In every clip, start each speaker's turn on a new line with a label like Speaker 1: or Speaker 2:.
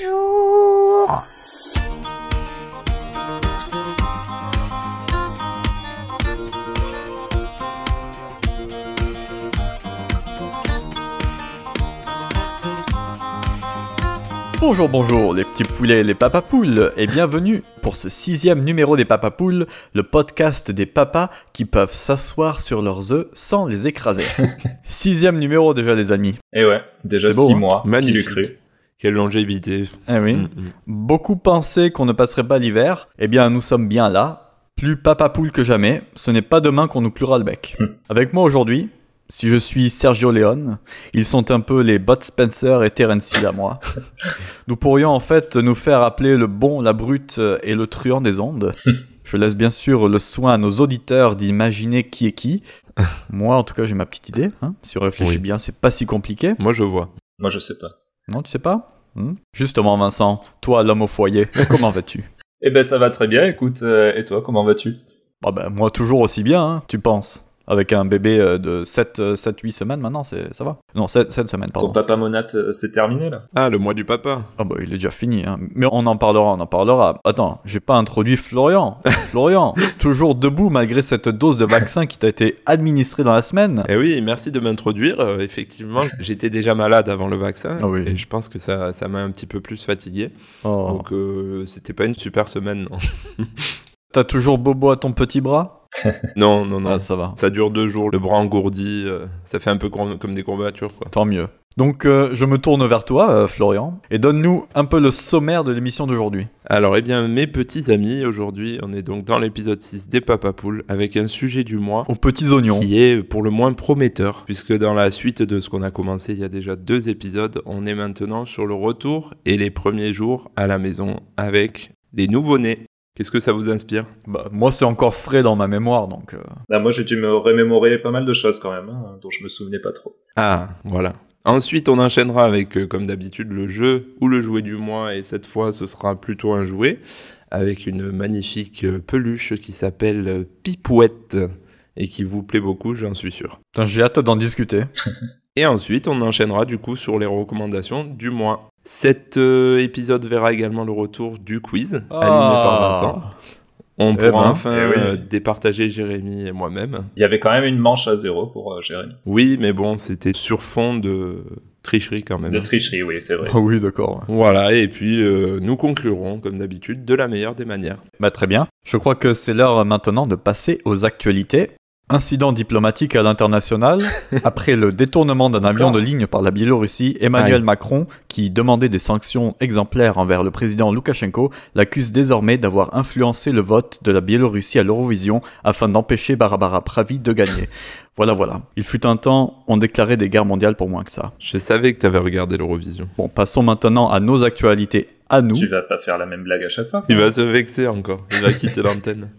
Speaker 1: Bonjour
Speaker 2: Bonjour, bonjour, les petits poulets et les papapoules, et bienvenue pour ce sixième numéro des papapoules, le podcast des papas qui peuvent s'asseoir sur leurs œufs sans les écraser. sixième numéro déjà, les amis.
Speaker 3: Et Eh ouais, déjà
Speaker 2: C'est beau,
Speaker 3: 6
Speaker 2: hein.
Speaker 3: mois.
Speaker 4: Magnifique.
Speaker 3: Qui l'eût cru
Speaker 4: Quelle longévité.
Speaker 2: Eh oui.
Speaker 4: Mm, mm.
Speaker 2: Beaucoup pensaient qu'on ne passerait pas l'hiver. Eh bien, nous sommes bien là. Plus papa poule que jamais. Ce n'est pas demain qu'on nous clouera le bec. Avec moi aujourd'hui, si je suis Sergio Leone, ils sont un peu les Bud Spencer et Terence Hill à moi. Nous pourrions en fait nous faire appeler le bon, la brute et le truand des ondes. Je laisse bien sûr le soin à nos auditeurs d'imaginer qui est qui. Moi, en tout cas, j'ai ma petite idée. hein. Si on réfléchit
Speaker 4: Oui.
Speaker 2: bien, c'est pas si compliqué.
Speaker 4: Moi, je vois.
Speaker 3: Moi, je sais pas.
Speaker 2: Non, tu sais pas Hmm Justement, Vincent, toi, l'homme au foyer, comment vas-tu
Speaker 3: Eh ben, ça va très bien, écoute. euh, et toi, comment vas-tu
Speaker 2: Bah ben, moi, toujours aussi bien, hein, tu penses Avec un bébé euh, de 7-8 semaines maintenant, c'est- ça va Non, 7, semaines, pardon.
Speaker 3: Ton papa monate, euh, c'est terminé, là
Speaker 4: Ah, le mois du papa.
Speaker 2: Ah bah, il est déjà fini, hein. mais on en parlera, on en parlera. Attends, j'ai pas introduit Florian. Florian, toujours debout malgré cette dose de vaccin qui t'a été administrée dans la semaine.
Speaker 4: Eh oui, merci de m'introduire. Euh, effectivement, j'étais déjà malade avant le vaccin.
Speaker 2: Ah oui.
Speaker 4: Et je pense que ça ça m'a un petit peu plus fatigué.
Speaker 2: Oh.
Speaker 4: Donc, euh, c'était pas une super semaine, non.
Speaker 2: T'as toujours Bobo à ton petit bras
Speaker 4: non, non, non.
Speaker 2: Ah, ça va.
Speaker 4: Ça dure deux jours, le bras engourdi. euh, ça fait un peu com- comme des courbatures, quoi.
Speaker 2: Tant mieux. Donc, euh, je me tourne vers toi, euh, Florian, et donne-nous un peu le sommaire de l'émission d'aujourd'hui.
Speaker 4: Alors, eh bien, mes petits amis, aujourd'hui, on est donc dans l'épisode 6 des Papa Poules avec un sujet du mois.
Speaker 2: Aux petits oignons.
Speaker 4: qui est pour le moins prometteur, puisque dans la suite de ce qu'on a commencé il y a déjà deux épisodes, on est maintenant sur le retour et les premiers jours à la maison avec les nouveau-nés. Qu'est-ce que ça vous inspire
Speaker 2: Bah, moi, c'est encore frais dans ma mémoire, donc. euh,
Speaker 3: Là, Moi, j'ai dû me remémorer pas mal de choses, quand même, hein, dont je me souvenais pas trop.
Speaker 4: Ah, voilà. Ensuite, on enchaînera avec, euh, comme d'habitude, le jeu ou le jouet du mois, et cette fois, ce sera plutôt un jouet, avec une magnifique euh, peluche qui s'appelle euh, Pipouette, et qui vous plaît beaucoup, j'en suis sûr.
Speaker 2: putain, j'ai hâte d'en discuter.
Speaker 4: Et ensuite, on enchaînera du coup sur les recommandations du mois. Cet euh, épisode verra également le retour du quiz animé par Vincent. On
Speaker 2: Ah. Eh
Speaker 4: pourra
Speaker 2: ben,
Speaker 4: enfin
Speaker 3: eh oui.
Speaker 4: euh, départager Jérémy et moi-même.
Speaker 3: Il y avait quand même une manche à zéro pour euh, Jérémy.
Speaker 4: Oui, mais bon, c'était sur fond de tricherie quand
Speaker 3: De
Speaker 4: même.
Speaker 3: tricherie, oui, c'est vrai.
Speaker 2: Ah oui, d'accord. ouais.
Speaker 4: Voilà, et puis euh, nous conclurons, comme d'habitude, de la meilleure des manières.
Speaker 2: Bah, très bien. Je crois que c'est l'heure euh, maintenant de passer aux actualités. Incident diplomatique à l'international. Après le détournement d'un avion de ligne par la Biélorussie, Emmanuel
Speaker 4: Aïe.
Speaker 2: Macron, qui demandait des sanctions exemplaires envers le président Loukachenko, l'accuse désormais d'avoir influencé le vote de la Biélorussie à l'Eurovision afin d'empêcher Barbara Pravi de gagner. Voilà, voilà. Il fut un temps, on déclarait des guerres mondiales pour moins que ça.
Speaker 4: Je savais que t'avais regardé l'Eurovision.
Speaker 2: Bon, passons maintenant à nos actualités à nous.
Speaker 3: Tu vas pas faire la même blague à chaque fois
Speaker 4: Il va se vexer encore, il va quitter l'antenne.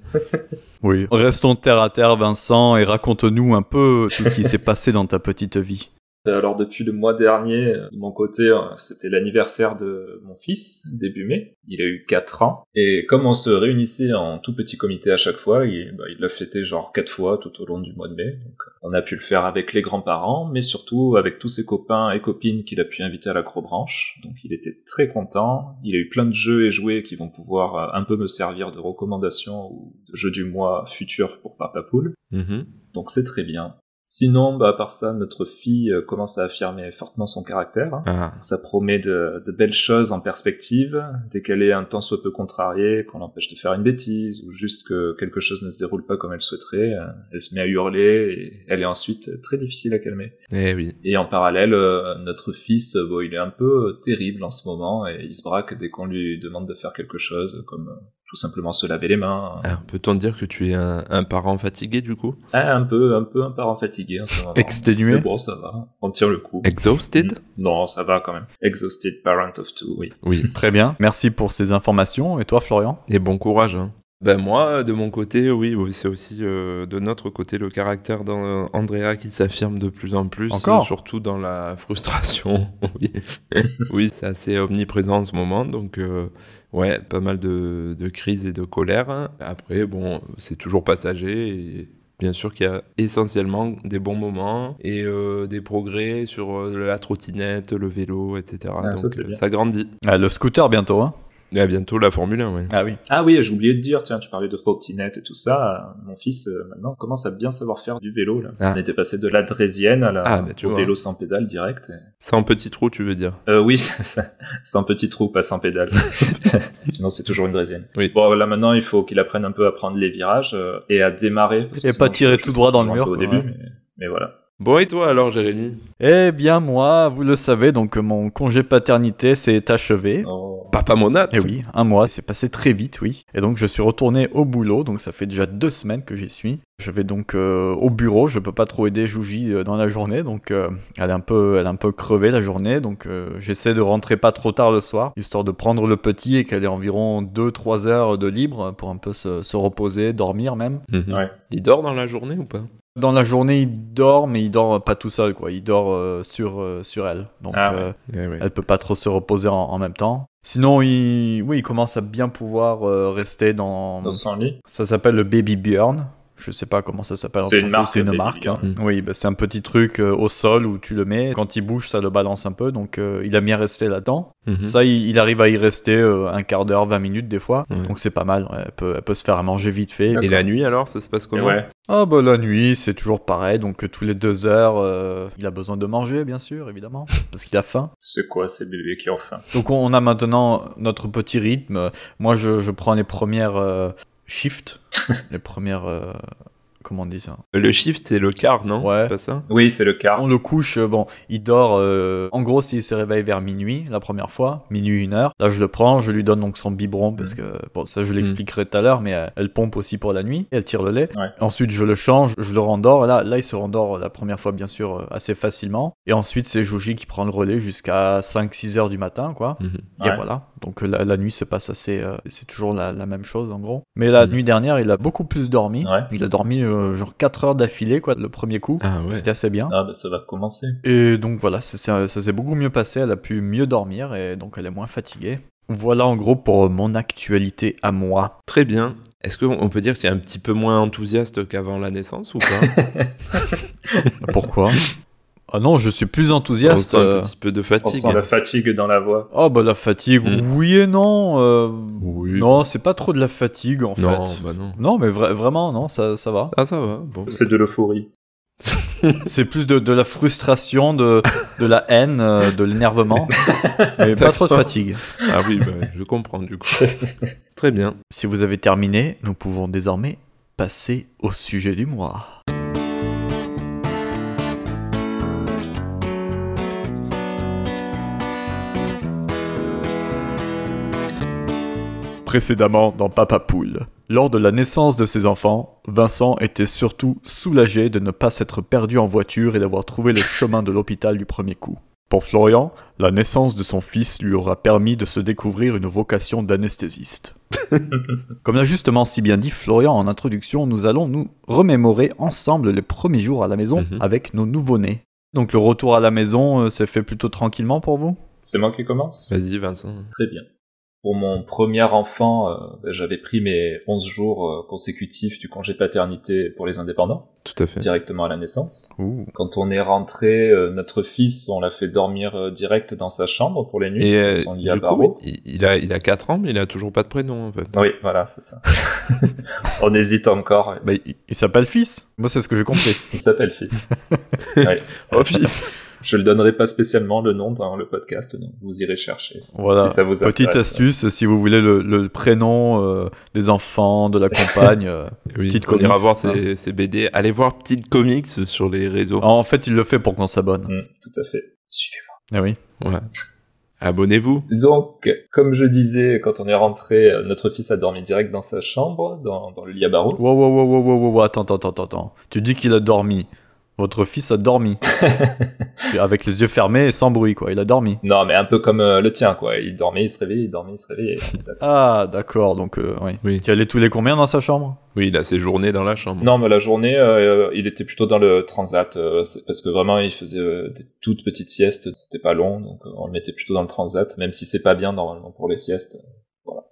Speaker 2: Oui. Restons terre à terre, Vincent, et raconte-nous un peu tout ce qui s'est passé dans ta petite vie.
Speaker 3: Euh, Alors depuis le mois dernier, euh, de mon côté, euh, c'était l'anniversaire de mon fils, début mai. Il a eu 4 ans. Et comme on se réunissait en tout petit comité à chaque fois, il bah, il l'a fêté genre 4 fois tout au long du mois de mai. Donc, euh, on a pu le faire avec les grands-parents, mais surtout avec tous ses copains et copines qu'il a pu inviter à l'acrobranche. Donc il était très content. Il a eu plein de jeux et jouets qui vont pouvoir euh, un peu me servir de recommandations ou de jeux du mois futurs pour Papa Poule.
Speaker 4: Mhm.
Speaker 3: Donc c'est très bien. Sinon, bah, à part ça, notre fille euh, commence à affirmer fortement son caractère. hein.
Speaker 4: Ah,
Speaker 3: Ça promet de, de belles choses en perspective, dès qu'elle est un temps soit peu contrariée, qu'on l'empêche de faire une bêtise, ou juste que quelque chose ne se déroule pas comme elle souhaiterait, euh, elle se met à hurler et elle est ensuite très difficile à calmer.
Speaker 4: eh oui.
Speaker 3: Et en parallèle, euh, notre fils, euh, bon, il est un peu euh, terrible en ce moment et il se braque dès qu'on lui demande de faire quelque chose, comme euh, tout simplement se laver les mains.
Speaker 4: Ah, Peut-on dire que tu es un- un parent fatigué du coup
Speaker 3: Ah, un peu, un peu un parent fatigué en ce moment. Mais
Speaker 2: Exténué
Speaker 3: bon, ça va, on tient le coup. Mm.
Speaker 4: Exhausted
Speaker 3: Non, ça va quand même. Exhausted parent of two, oui.
Speaker 4: Oui.
Speaker 2: Très bien. Merci pour ces informations. Et toi, Florian
Speaker 4: Et bon courage. hein. Ben moi, de mon côté, oui, oui, c'est aussi euh, de notre côté le caractère d'Andrea qui s'affirme de plus en plus,
Speaker 2: Encore
Speaker 4: euh, surtout dans la frustration. oui, oui c'est assez omniprésent en ce moment, donc euh, ouais, hein. pas mal de, de crises et de colère. Après, bon, c'est toujours passager et bien sûr qu'il y a essentiellement des bons moments et euh, des progrès sur euh, la trottinette, le vélo, etc.
Speaker 3: Ah,
Speaker 4: Donc
Speaker 3: ça, c'est
Speaker 4: euh,
Speaker 3: bien.
Speaker 4: ça grandit.
Speaker 2: Ah, le scooter bientôt, hein
Speaker 4: Et à bientôt la Formule 1, ouais.
Speaker 2: Ah oui.
Speaker 3: Ah oui, j'ai oublié de dire, tiens, tu parlais de trottinette et tout ça. euh, Mon fils, euh, maintenant, commence à bien savoir faire du vélo. Là.
Speaker 4: Ah.
Speaker 3: On était passé de la draisienne à la,
Speaker 4: Ah, bah, tu
Speaker 3: au
Speaker 4: vois.
Speaker 3: vélo sans pédale direct. et-
Speaker 4: Sans petit trou, tu veux dire
Speaker 3: Euh, oui, ça- sans petit trou, pas sans pédale. Sinon, c'est toujours une draisienne.
Speaker 4: Oui.
Speaker 3: Bon, là, maintenant, il faut qu'il apprenne un peu à prendre les virages euh, et à démarrer. parce que
Speaker 2: Et
Speaker 3: sinon,
Speaker 2: pas tirer
Speaker 3: je-
Speaker 2: tout droit dans le
Speaker 3: je-
Speaker 2: mur,
Speaker 3: Au
Speaker 2: quoi,
Speaker 3: début,
Speaker 2: ouais.
Speaker 3: mais, mais voilà.
Speaker 4: Bon, et toi alors, Jérémy
Speaker 2: Eh bien, moi, vous le savez, donc mon congé paternité s'est achevé.
Speaker 3: Oh.
Speaker 4: Papa Monat
Speaker 2: Et Eh oui, un mois, c'est passé très vite, oui. Et donc je suis retourné au boulot, donc ça fait déjà deux semaines que j'y suis. Je vais donc euh, au bureau, je peux pas trop aider Jouji euh, dans la journée, donc euh, elle, est un peu, elle est un peu crevée la journée, donc euh, j'essaie de rentrer pas trop tard le soir, histoire de prendre le petit et qu'elle ait environ 2-3 heures de libre pour un peu se- se reposer, dormir même.
Speaker 4: Mhm.
Speaker 3: Ouais.
Speaker 4: Il dort dans la journée ou pas
Speaker 2: Dans la journée, il dort, mais il dort euh, pas tout seul, quoi. Il dort euh, sur, euh, sur elle. Donc,
Speaker 3: Ah ouais.
Speaker 2: euh,
Speaker 4: Eh
Speaker 2: elle peut pas trop se reposer en, en même temps. Sinon, il, oui, il commence à bien pouvoir euh, rester dans.
Speaker 4: Mmh.
Speaker 3: Dans son lit.
Speaker 2: Ça s'appelle le Baby Burn. Je sais pas comment ça s'appelle en
Speaker 3: C'est une
Speaker 2: français,
Speaker 3: marque,
Speaker 2: c'est une
Speaker 3: Baby
Speaker 2: marque. hein.
Speaker 4: Bjorn.
Speaker 2: Oui, bah, c'est un petit truc euh, au sol où tu le mets. Quand il bouge, ça le balance un peu. Donc, euh, il a bien resté là-dedans.
Speaker 3: Ah, Mm.
Speaker 4: Mhm.
Speaker 2: Ça, il, il arrive à y rester euh, un quart d'heure, 20 minutes des fois.
Speaker 4: Ouais.
Speaker 2: Donc, c'est pas mal. Elle peut, elle peut se faire à manger vite fait.
Speaker 4: Et la nuit alors, ça se passe
Speaker 3: Et
Speaker 4: comment
Speaker 3: ouais.
Speaker 2: Ah bah la nuit c'est toujours pareil, donc euh, tous les deux heures euh, il a besoin de manger bien sûr évidemment, parce qu'il a faim.
Speaker 3: C'est quoi ces bébés qui ont faim
Speaker 2: Donc on on a maintenant notre petit rythme, moi je, je prends les premières euh, shifts, les premières... euh, comment on dit ça
Speaker 4: Le shift, c'est le quart, non
Speaker 2: Ouais.
Speaker 4: C'est pas ça
Speaker 3: Oui, c'est le quart.
Speaker 2: On le couche, euh, bon il dort, euh, en gros s'il se réveille vers minuit la première fois, minuit une heure, là je le prends, je lui donne donc son biberon, parce que bon ça je l'expliquerai tout à l'heure, mais euh, elle pompe aussi pour la nuit, elle tire le lait. Ensuite, je le change, je le rendors. Là, là, il se rendort la première fois, bien sûr, euh, assez facilement. Et ensuite, c'est Jouji qui prend le relais jusqu'à 5-6 heures du matin, quoi.
Speaker 4: Mhm.
Speaker 2: Et
Speaker 3: Ouais.
Speaker 2: voilà. Donc, euh, la, la nuit se passe assez. euh, c'est toujours la, la même chose, en gros. Mais la
Speaker 4: Mhm.
Speaker 2: nuit dernière, il a beaucoup plus dormi.
Speaker 3: Ouais.
Speaker 2: Il a dormi euh, genre 4 heures d'affilée, quoi, le premier coup.
Speaker 4: Ah ouais.
Speaker 2: C'était assez bien.
Speaker 3: Ah, bah ça va commencer.
Speaker 2: Et donc voilà, ça, s'est- ça s'est beaucoup mieux passé, elle a pu mieux dormir et donc elle est moins fatiguée. Voilà en gros pour mon actualité à moi.
Speaker 4: Très bien. Est-ce qu'on peut dire que tu es un petit peu moins enthousiaste qu'avant la naissance ou pas
Speaker 2: Pourquoi Ah non, je suis plus
Speaker 4: On
Speaker 2: enthousiaste.
Speaker 4: sent un
Speaker 2: euh,
Speaker 4: petit peu de
Speaker 3: On
Speaker 4: fatigue.
Speaker 3: sent la fatigue dans la voix.
Speaker 2: Oh bah la fatigue,
Speaker 3: Mm.
Speaker 4: Hmm.
Speaker 2: oui et non. euh,
Speaker 4: Oui.
Speaker 2: Non, c'est pas trop de la fatigue en
Speaker 4: Non,
Speaker 2: fait.
Speaker 4: bah non.
Speaker 2: Non, mais vra- vraiment, non, ça, ça va.
Speaker 4: Ah ça va, bon.
Speaker 3: C'est de l'euphorie.
Speaker 2: C'est plus de, de la frustration, de, de la haine, euh, de l'énervement, mais pas trop de
Speaker 4: D'accord.
Speaker 2: fatigue.
Speaker 4: Ah oui, bah, je comprends du coup. Très bien.
Speaker 2: Si vous avez terminé, nous pouvons désormais passer au sujet du mois. Précédemment dans Papa Poule. Lors de la naissance de ses enfants, Vincent était surtout soulagé de ne pas s'être perdu en voiture et d'avoir trouvé le chemin de l'hôpital du premier coup. Pour Florian, la naissance de son fils lui aura permis de se découvrir une vocation d'anesthésiste. Comme l'a justement si bien dit Florian en introduction, nous allons nous remémorer ensemble les premiers jours à la maison
Speaker 4: Mhm.
Speaker 2: avec nos nouveau-nés. Donc le retour à la maison euh, s'est fait plutôt tranquillement pour vous
Speaker 3: C'est moi qui commence
Speaker 4: Vas-y Vincent.
Speaker 3: Très bien. Pour mon premier enfant, euh, ben, j'avais pris mes 11 jours euh, consécutifs du congé paternité pour les indépendants,
Speaker 4: Tout à fait.
Speaker 3: directement à la naissance. Quand on est rentré, euh, notre fils, on l'a fait dormir euh, direct dans sa chambre pour les nuits,
Speaker 4: Et
Speaker 3: dans
Speaker 4: euh,
Speaker 3: son lit à
Speaker 4: du
Speaker 3: barreaux.
Speaker 4: coup, il, il a, il a 4 ans, mais il a toujours pas de prénom en fait.
Speaker 3: Oui, voilà, c'est ça. on hésite encore.
Speaker 2: Bah, il il s'appelle fils Moi c'est ce que j'ai compris.
Speaker 3: Il s'appelle fils.
Speaker 4: Office.
Speaker 3: Je le donnerai pas spécialement le nom dans le podcast, donc vous irez chercher si,
Speaker 2: Voilà.
Speaker 3: si ça vous intéresse.
Speaker 2: Petite astuce, si vous voulez le, le prénom euh, des enfants, de la compagne. euh.
Speaker 4: Oui,
Speaker 2: Petite
Speaker 4: on ira
Speaker 2: comics,
Speaker 4: voir ses, ses BD. Allez voir Petite Comics sur les réseaux.
Speaker 2: En fait, il le fait pour qu'on s'abonne.
Speaker 3: Mm, tout à fait. Suivez-moi.
Speaker 2: Ah oui.
Speaker 4: Voilà. Abonnez-vous.
Speaker 3: Donc, comme je disais, quand on est rentré, euh, notre fils a dormi direct dans sa chambre, dans, dans le lit à barreaux.
Speaker 2: Wow, wow, wow, wow, wow, wow, wow, attends, attends, attends, attends. Tu dis qu'il a dormi. Votre fils a dormi. Avec les yeux fermés et sans bruit, quoi. Il a dormi.
Speaker 3: Non, mais un peu comme euh, le tien, quoi. Il dormait, il se réveillait, il dormait, il se réveillait.
Speaker 2: Ah, d'accord, donc euh, oui.
Speaker 4: Oui.
Speaker 2: Tu allais tous les combien dans sa chambre
Speaker 4: Oui, il a ses journées dans la chambre.
Speaker 3: non, mais la journée, euh, il était plutôt dans le transat, euh, c'est- parce que vraiment, il faisait euh, des toutes petites siestes, c'était pas long, donc euh, on le mettait plutôt dans le transat, même si c'est pas bien normalement pour les siestes.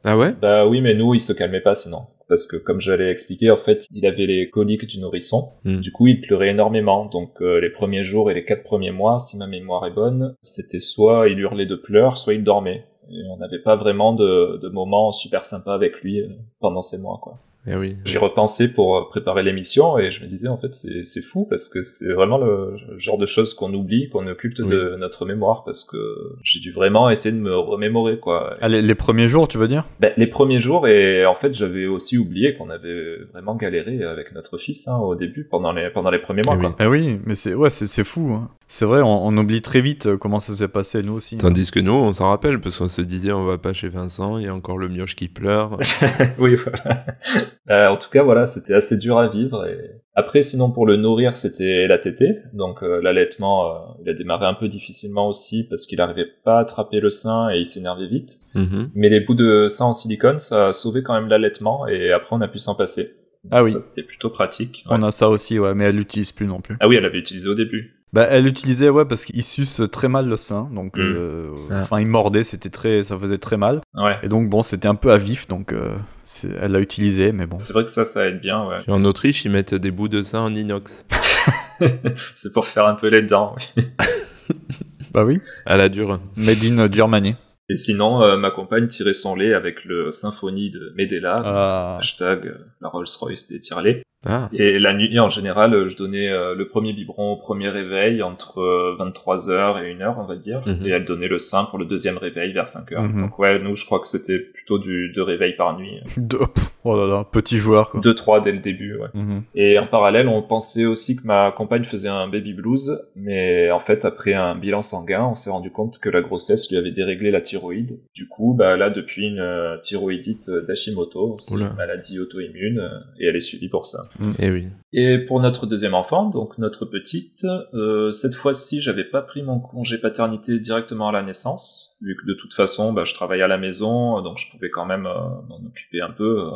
Speaker 4: Ah ouais
Speaker 3: Bah oui, mais nous, il se calmait pas sinon. parce que comme je l'ai expliqué, en fait, il avait les coliques du nourrisson.
Speaker 4: Mm.
Speaker 3: Du coup, il pleurait énormément. Donc, euh, les premiers jours et les quatre premiers mois, si ma mémoire est bonne, c'était soit il hurlait de pleurs, soit il dormait. Et on n'avait pas vraiment de, de moments super sympas avec lui euh, pendant ces mois, quoi.
Speaker 4: Eh oui.
Speaker 3: J'y repensais pour euh, préparer l'émission et je me disais, en fait, c'est c'est fou parce que c'est vraiment le genre de choses qu'on oublie, qu'on occulte de notre mémoire parce que j'ai dû vraiment essayer de me remémorer, quoi.
Speaker 2: Ah, les, les premiers jours, tu veux dire
Speaker 3: Ben, les premiers jours, et en fait, j'avais aussi oublié qu'on avait vraiment galéré avec notre fils hein, au début, pendant les, pendant les premiers mois.
Speaker 4: Eh oui.
Speaker 3: quoi.
Speaker 2: Eh oui, mais c'est ouais, c'est c'est fou. hein. C'est vrai, on, on oublie très vite euh, comment ça s'est passé nous aussi.
Speaker 4: Tandis que nous, on s'en rappelle, parce qu'on se disait, on va pas chez Vincent, il y a encore le mioche qui pleure.
Speaker 3: Oui, voilà. Euh, en tout cas, voilà, c'était assez dur à vivre. Et... Après, sinon, pour le nourrir, c'était la tétée. Donc, euh, l'allaitement, euh, il a démarré un peu difficilement aussi parce qu'il n'arrivait pas à attraper le sein et il s'énervait vite.
Speaker 4: Mhm.
Speaker 3: Mais les bouts de sein en silicone, ça a sauvé quand même l'allaitement et après, on a pu s'en passer.
Speaker 2: Ah
Speaker 3: Donc
Speaker 2: oui.
Speaker 3: Ça, c'était plutôt pratique.
Speaker 2: On a ça aussi, ouais, mais elle l'utilise plus non plus.
Speaker 3: Ah oui, elle l'avait utilisé au début.
Speaker 2: Bah, elle l'utilisait, ouais, parce qu'il suce très mal le sein, donc,
Speaker 3: Mm.
Speaker 2: euh,
Speaker 4: Ah.
Speaker 2: enfin, il mordait, c'était très, ça faisait très mal,
Speaker 3: Ouais.
Speaker 2: et donc bon, c'était un peu à vif, donc euh, c'est- elle l'a utilisé, mais bon.
Speaker 3: C'est vrai que ça, ça aide bien, ouais.
Speaker 4: Puis en Autriche, ils mettent des bouts de sein en inox.
Speaker 3: C'est pour faire un peu les dents. oui.
Speaker 2: Bah oui.
Speaker 4: À la dure.
Speaker 2: Made in euh, Germany.
Speaker 3: Et sinon, euh, ma compagne tirait son lait avec le symphonie de Medela,
Speaker 2: Ah.
Speaker 3: hashtag euh, la Rolls-Royce des tire-laits.
Speaker 4: Ah.
Speaker 3: Et la nuit, en général, euh, je donnais euh, le premier biberon au premier réveil entre 23h et 1h, on va dire.
Speaker 4: Mhm.
Speaker 3: Et elle donnait le sein pour le deuxième réveil vers 5h.
Speaker 2: Mhm.
Speaker 3: Donc ouais, nous, je crois que c'était plutôt du deux réveils par nuit.
Speaker 2: Deux- pff, oh là là, petit joueur, quoi.
Speaker 3: Deux, trois dès le début, ouais.
Speaker 2: Mhm.
Speaker 3: Et en parallèle, on pensait aussi que ma compagne faisait un baby blues, mais en fait, après un bilan sanguin, on s'est rendu compte que la grossesse lui avait déréglé la thyroïde. Du coup, bah là, depuis une euh, thyroïdite euh, d'Hashimoto, c'est
Speaker 4: Oula.
Speaker 3: une maladie auto-immune, euh, et elle est suivie pour ça.
Speaker 4: Eh oui.
Speaker 3: Et pour notre deuxième enfant, donc notre petite, euh, cette fois-ci, j'avais pas pris mon congé paternité directement à la naissance, vu que de toute façon, bah, je travaillais à la maison, euh, donc je pouvais quand même euh, m'en occuper un peu euh,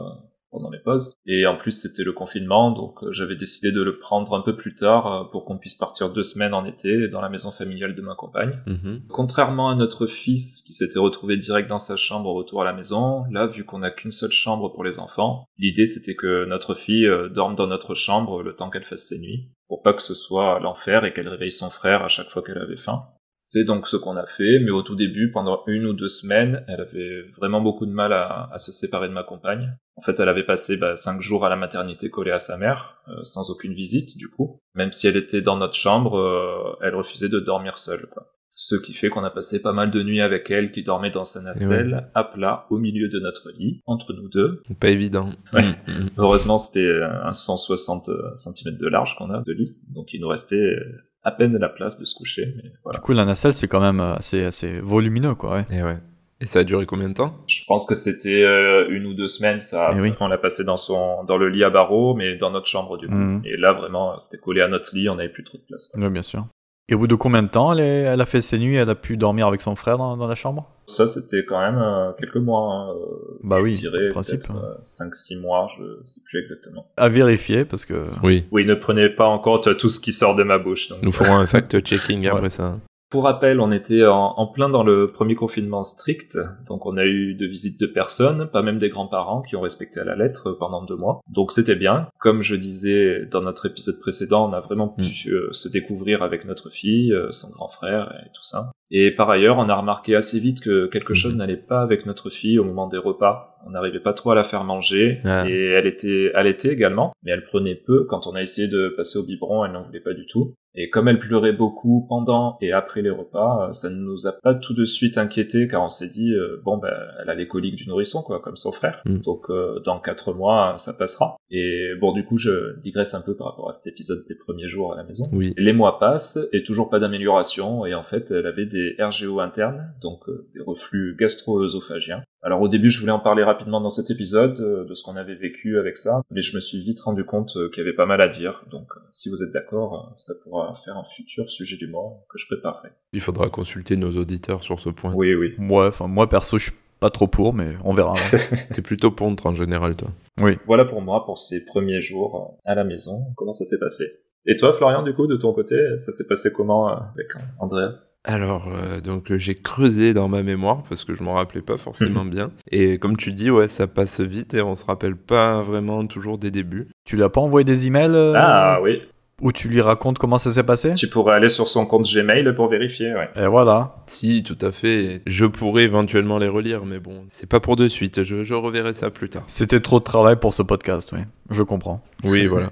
Speaker 3: pendant les pauses. Et en plus, c'était le confinement, donc euh, j'avais décidé de le prendre un peu plus tard euh, pour qu'on puisse partir deux semaines en été dans la maison familiale de ma compagne.
Speaker 4: Mhm.
Speaker 3: Contrairement à notre fils qui s'était retrouvé direct dans sa chambre au retour à la maison, là, vu qu'on n'a qu'une seule chambre pour les enfants, l'idée c'était que notre fille euh, dorme dans notre chambre le temps qu'elle fasse ses nuits, pour pas que ce soit l'enfer et qu'elle réveille son frère à chaque fois qu'elle avait faim. C'est donc ce qu'on a fait, mais au tout début, pendant une ou deux semaines, elle avait vraiment beaucoup de mal à, à se séparer de ma compagne. En fait, elle avait passé bah, cinq jours à la maternité collée à sa mère, euh, sans aucune visite du coup. Même si elle était dans notre chambre, euh, elle refusait de dormir seule. Quoi. Ce qui fait qu'on a passé pas mal de nuits avec elle qui dormait dans sa nacelle, à plat, au milieu de notre lit, entre nous deux.
Speaker 4: Pas évident.
Speaker 3: Ouais.
Speaker 4: Mhm.
Speaker 3: Heureusement, c'était un 160 cm de large qu'on a de lit, donc il nous restait euh, à peine la place de se coucher. Mais voilà.
Speaker 2: Du coup, la nacelle, c'est quand même euh, assez, assez volumineux, quoi, ouais.
Speaker 4: Eh ouais. Et ça a duré combien de temps
Speaker 3: Je pense que c'était euh, une ou deux semaines, ça.
Speaker 2: Eh oui.
Speaker 3: On l'a passé dans son, dans le lit à barreaux, mais dans notre chambre du coup.
Speaker 2: Mhm.
Speaker 3: Et là, vraiment, c'était collé à notre lit, on n'avait plus trop de place. quoi.
Speaker 2: Ouais, bien sûr. Et au bout de combien de temps elle, est- elle a fait ses nuits Elle a pu dormir avec son frère dans, dans la chambre
Speaker 3: Ça, c'était quand même euh, quelques mois. hein, euh,
Speaker 2: Bah
Speaker 3: je
Speaker 2: oui,
Speaker 3: dirais
Speaker 2: en principe. hein.
Speaker 3: peut-être, euh, cinq, six mois, je sais plus exactement.
Speaker 2: À vérifier, parce que.
Speaker 4: Oui.
Speaker 3: Oui, ne prenez pas en compte tout ce qui sort de ma bouche. donc,
Speaker 4: Nous ferons un fact-checking
Speaker 2: Ouais.
Speaker 4: après ça.
Speaker 3: Pour rappel, on était en, en plein dans le premier confinement strict, donc on a eu de visites de personnes, pas même des grands-parents qui ont respecté à la lettre pendant deux mois. Donc c'était bien. Comme je disais dans notre épisode précédent, on a vraiment pu euh, se découvrir avec notre fille, euh, son grand frère et tout ça. Et par ailleurs, on a remarqué assez vite que quelque chose n'allait pas avec notre fille au moment des repas. On n'arrivait pas trop à la faire manger
Speaker 4: Ah.
Speaker 3: et elle était allaitée également, mais elle prenait peu. Quand on a essayé de passer au biberon, elle n'en voulait pas du tout. Et comme elle pleurait beaucoup pendant et après les repas, euh, ça ne nous a pas tout de suite inquiété car on s'est dit euh, bon ben elle a les coliques du nourrisson quoi comme son frère.
Speaker 4: Mm.
Speaker 3: Donc euh, dans quatre mois ça passera. Et bon du coup je digresse un peu par rapport à cet épisode des premiers jours à la maison.
Speaker 4: Oui.
Speaker 3: Les mois passent et toujours pas d'amélioration et en fait elle avait des RGO internes, donc euh, des reflux gastro-œsophagiens. Alors au début je voulais en parler rapidement dans cet épisode euh, de ce qu'on avait vécu avec ça, mais je me suis vite rendu compte euh, qu'il y avait pas mal à dire, donc euh, si vous êtes d'accord, euh, ça pourra faire un futur sujet du mois que je préparerai.
Speaker 4: Il faudra consulter nos auditeurs sur ce point.
Speaker 3: Oui oui.
Speaker 2: Moi, enfin, moi perso, je suis pas trop pour, mais on verra. ouais.
Speaker 4: T'es plutôt pontre en général, toi.
Speaker 3: Voilà pour moi pour ces premiers jours euh, à la maison, comment ça s'est passé. Et toi Florian du coup de ton côté, ça s'est passé comment euh, avec Andrea
Speaker 4: Alors, euh, donc euh, j'ai creusé dans ma mémoire parce que je m'en rappelais pas forcément bien. Et comme tu dis, ouais, ça passe vite et on se rappelle pas vraiment toujours des débuts.
Speaker 2: Tu l'as pas envoyé des emails euh,
Speaker 3: Ah oui,
Speaker 2: où tu lui racontes comment ça s'est passé
Speaker 3: tu pourrais aller sur son compte Gmail pour vérifier, ouais.
Speaker 2: Et voilà.
Speaker 4: Si, tout à fait. Je pourrais éventuellement les relire, mais bon, c'est pas pour de suite. Je, je reverrai ça plus tard.
Speaker 2: C'était trop de travail pour ce podcast, oui. Je comprends.
Speaker 4: Oui, voilà.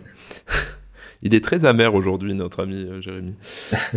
Speaker 4: Il est très amer aujourd'hui, notre ami euh, Jérémy.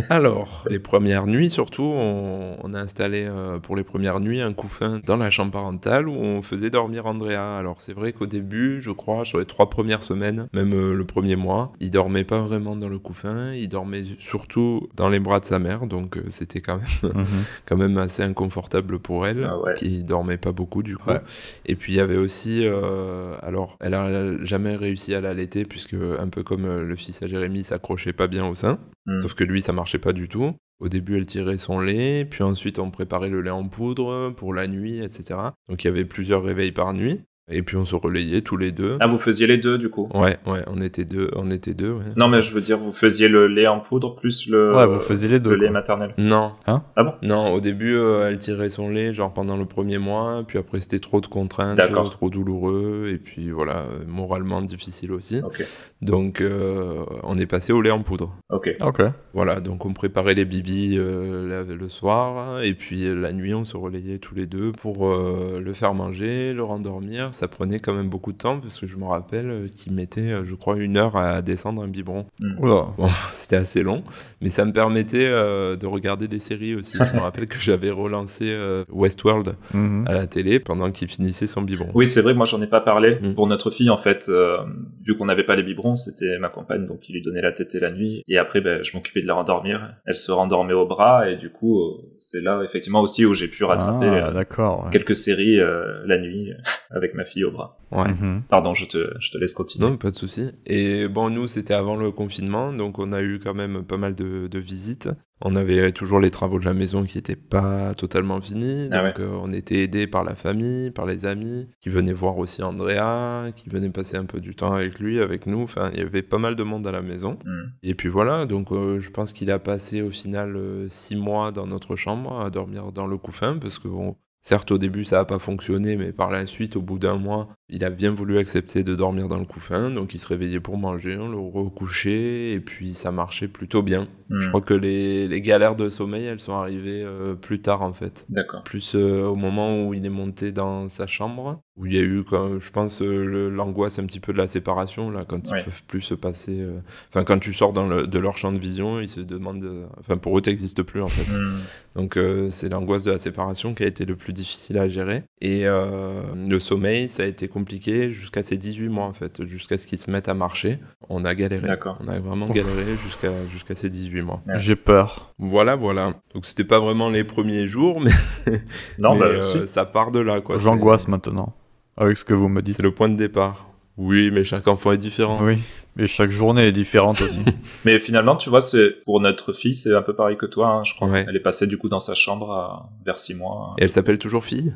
Speaker 4: Alors, les premières nuits surtout, on, on a installé euh, pour les premières nuits un couffin dans la chambre parentale où on faisait dormir Andrea. Alors c'est vrai qu'au début, je crois, sur les trois premières semaines, même euh, le premier mois, il dormait pas vraiment dans le couffin, il dormait surtout dans les bras de sa mère, donc euh, c'était quand même,
Speaker 2: Mhm.
Speaker 4: quand même assez inconfortable pour elle,
Speaker 3: Ah ouais.
Speaker 4: qui dormait pas beaucoup du coup.
Speaker 2: Ouais.
Speaker 4: Et puis il y avait aussi, euh, alors elle a jamais réussi à l'allaiter puisque un peu comme euh, le fils à Jérémy, il s'accrochait pas bien au sein.
Speaker 3: Mm.
Speaker 4: Sauf que lui, ça marchait pas du tout. Au début, elle tirait son lait, puis ensuite on préparait le lait en poudre euh, pour la nuit, etc. Donc il y avait plusieurs réveils par nuit. Et puis on se relayait tous les deux.
Speaker 3: Ah, vous faisiez les deux du coup
Speaker 4: Ouais, ouais, on était deux, on était deux. ouais.
Speaker 3: Non, mais je veux dire, vous faisiez le lait en poudre plus le,
Speaker 2: Euh, ouais, vous faisiez les deux.
Speaker 3: le lait
Speaker 2: quoi.
Speaker 3: maternel.
Speaker 4: Non.
Speaker 2: Hein
Speaker 3: Ah bon
Speaker 4: Non, au début, euh, elle tirait son lait, genre pendant le premier mois, puis après c'était trop de contraintes,
Speaker 3: D'accord.
Speaker 4: euh, trop douloureux, et puis voilà, euh, moralement difficile aussi.
Speaker 3: Ok,
Speaker 4: Donc euh, on est passé au lait en poudre.
Speaker 3: ok.
Speaker 2: Ok.
Speaker 4: Voilà, donc on préparait les bibis euh, la- le soir, et puis euh, la nuit on se relayait tous les deux pour euh, le faire manger, le rendormir. Ça prenait quand même beaucoup de temps, parce que je me rappelle euh, qu'il mettait, euh, je crois, une heure à descendre un biberon.
Speaker 2: Oula.
Speaker 4: Bon, c'était assez long, mais ça me permettait euh, de regarder des séries aussi. Je me rappelle que j'avais relancé euh, Westworld
Speaker 2: Mhm.
Speaker 4: à la télé pendant qu'il finissait son biberon.
Speaker 3: Oui, c'est vrai que moi j'en ai pas parlé.
Speaker 4: Mm.
Speaker 3: Pour notre fille, en fait, euh, vu qu'on n'avait pas les biberons, c'était ma compagne, donc qui lui donnait la tétée la nuit. Et après, ben, je m'occupais de la rendormir. Elle se rendormait au bras, et du coup, euh, c'est là effectivement aussi où j'ai pu rattraper
Speaker 2: Ah,
Speaker 3: euh,
Speaker 2: d'accord. ouais.
Speaker 3: quelques séries euh, la nuit avec ma fille au bras.
Speaker 4: Ouais.
Speaker 2: Mhm.
Speaker 3: Pardon, je te, je te laisse continuer.
Speaker 4: Non, pas de souci. Et bon, nous, c'était avant le confinement, donc on a eu quand même pas mal de, de visites. On avait toujours les travaux de la maison qui n'étaient pas totalement finis, donc
Speaker 3: Ah
Speaker 4: euh, on était aidés par la famille, par les amis, qui venaient voir aussi Andrea, qui venaient passer un peu du temps avec lui, avec nous. Enfin, il y avait pas mal de monde à la maison.
Speaker 3: Mm.
Speaker 4: Et puis voilà, donc euh, je pense qu'il a passé au final euh, six mois dans notre chambre à dormir dans le couffin parce que bon, certes au début ça n'a pas fonctionné, mais par la suite, au bout d'un mois, il a bien voulu accepter de dormir dans le couffin, donc il se réveillait pour manger, on le recouchait et puis ça marchait plutôt bien.
Speaker 3: Mm.
Speaker 4: Je crois que les, les galères de sommeil elles sont arrivées euh, plus tard en fait
Speaker 3: D'accord.
Speaker 4: plus euh, au moment où il est monté dans sa chambre, où il y a eu, quand, je pense, euh, le- l'angoisse un petit peu de la séparation, là, quand
Speaker 3: Ouais.
Speaker 4: ils peuvent plus se passer. euh, Enfin, quand tu sors dans le- de leur champ de vision, ils se demandent. euh, Enfin, pour eux, t'existes plus, en fait.
Speaker 3: Mm.
Speaker 4: Donc, euh, c'est l'angoisse de la séparation qui a été le plus difficile à gérer. Et euh, le sommeil, ça a été compliqué jusqu'à ses 18 mois, en fait. Jusqu'à ce qu'ils se mettent à marcher, on a galéré.
Speaker 3: D'accord.
Speaker 4: On a vraiment galéré jusqu'à jusqu'à ses 18 mois.
Speaker 3: Ouais.
Speaker 2: J'ai peur.
Speaker 4: Voilà, voilà. Donc, c'était pas vraiment les premiers jours, mais
Speaker 3: Non,
Speaker 4: mais,
Speaker 3: bah,
Speaker 4: euh,
Speaker 3: si.
Speaker 4: ça part de là, quoi.
Speaker 2: J'angoisse maintenant avec ce que vous me
Speaker 4: C'est
Speaker 2: dites.
Speaker 4: c'est le point de départ. Oui, mais chaque enfant est différent.
Speaker 2: Oui. Et chaque journée est différente aussi.
Speaker 3: Mais finalement, tu vois, c'est pour notre fille, c'est un peu pareil que toi. hein, je crois.
Speaker 4: Ouais.
Speaker 3: Elle est passée du coup dans sa chambre à- vers six mois.
Speaker 4: Et elle s'appelle toujours fille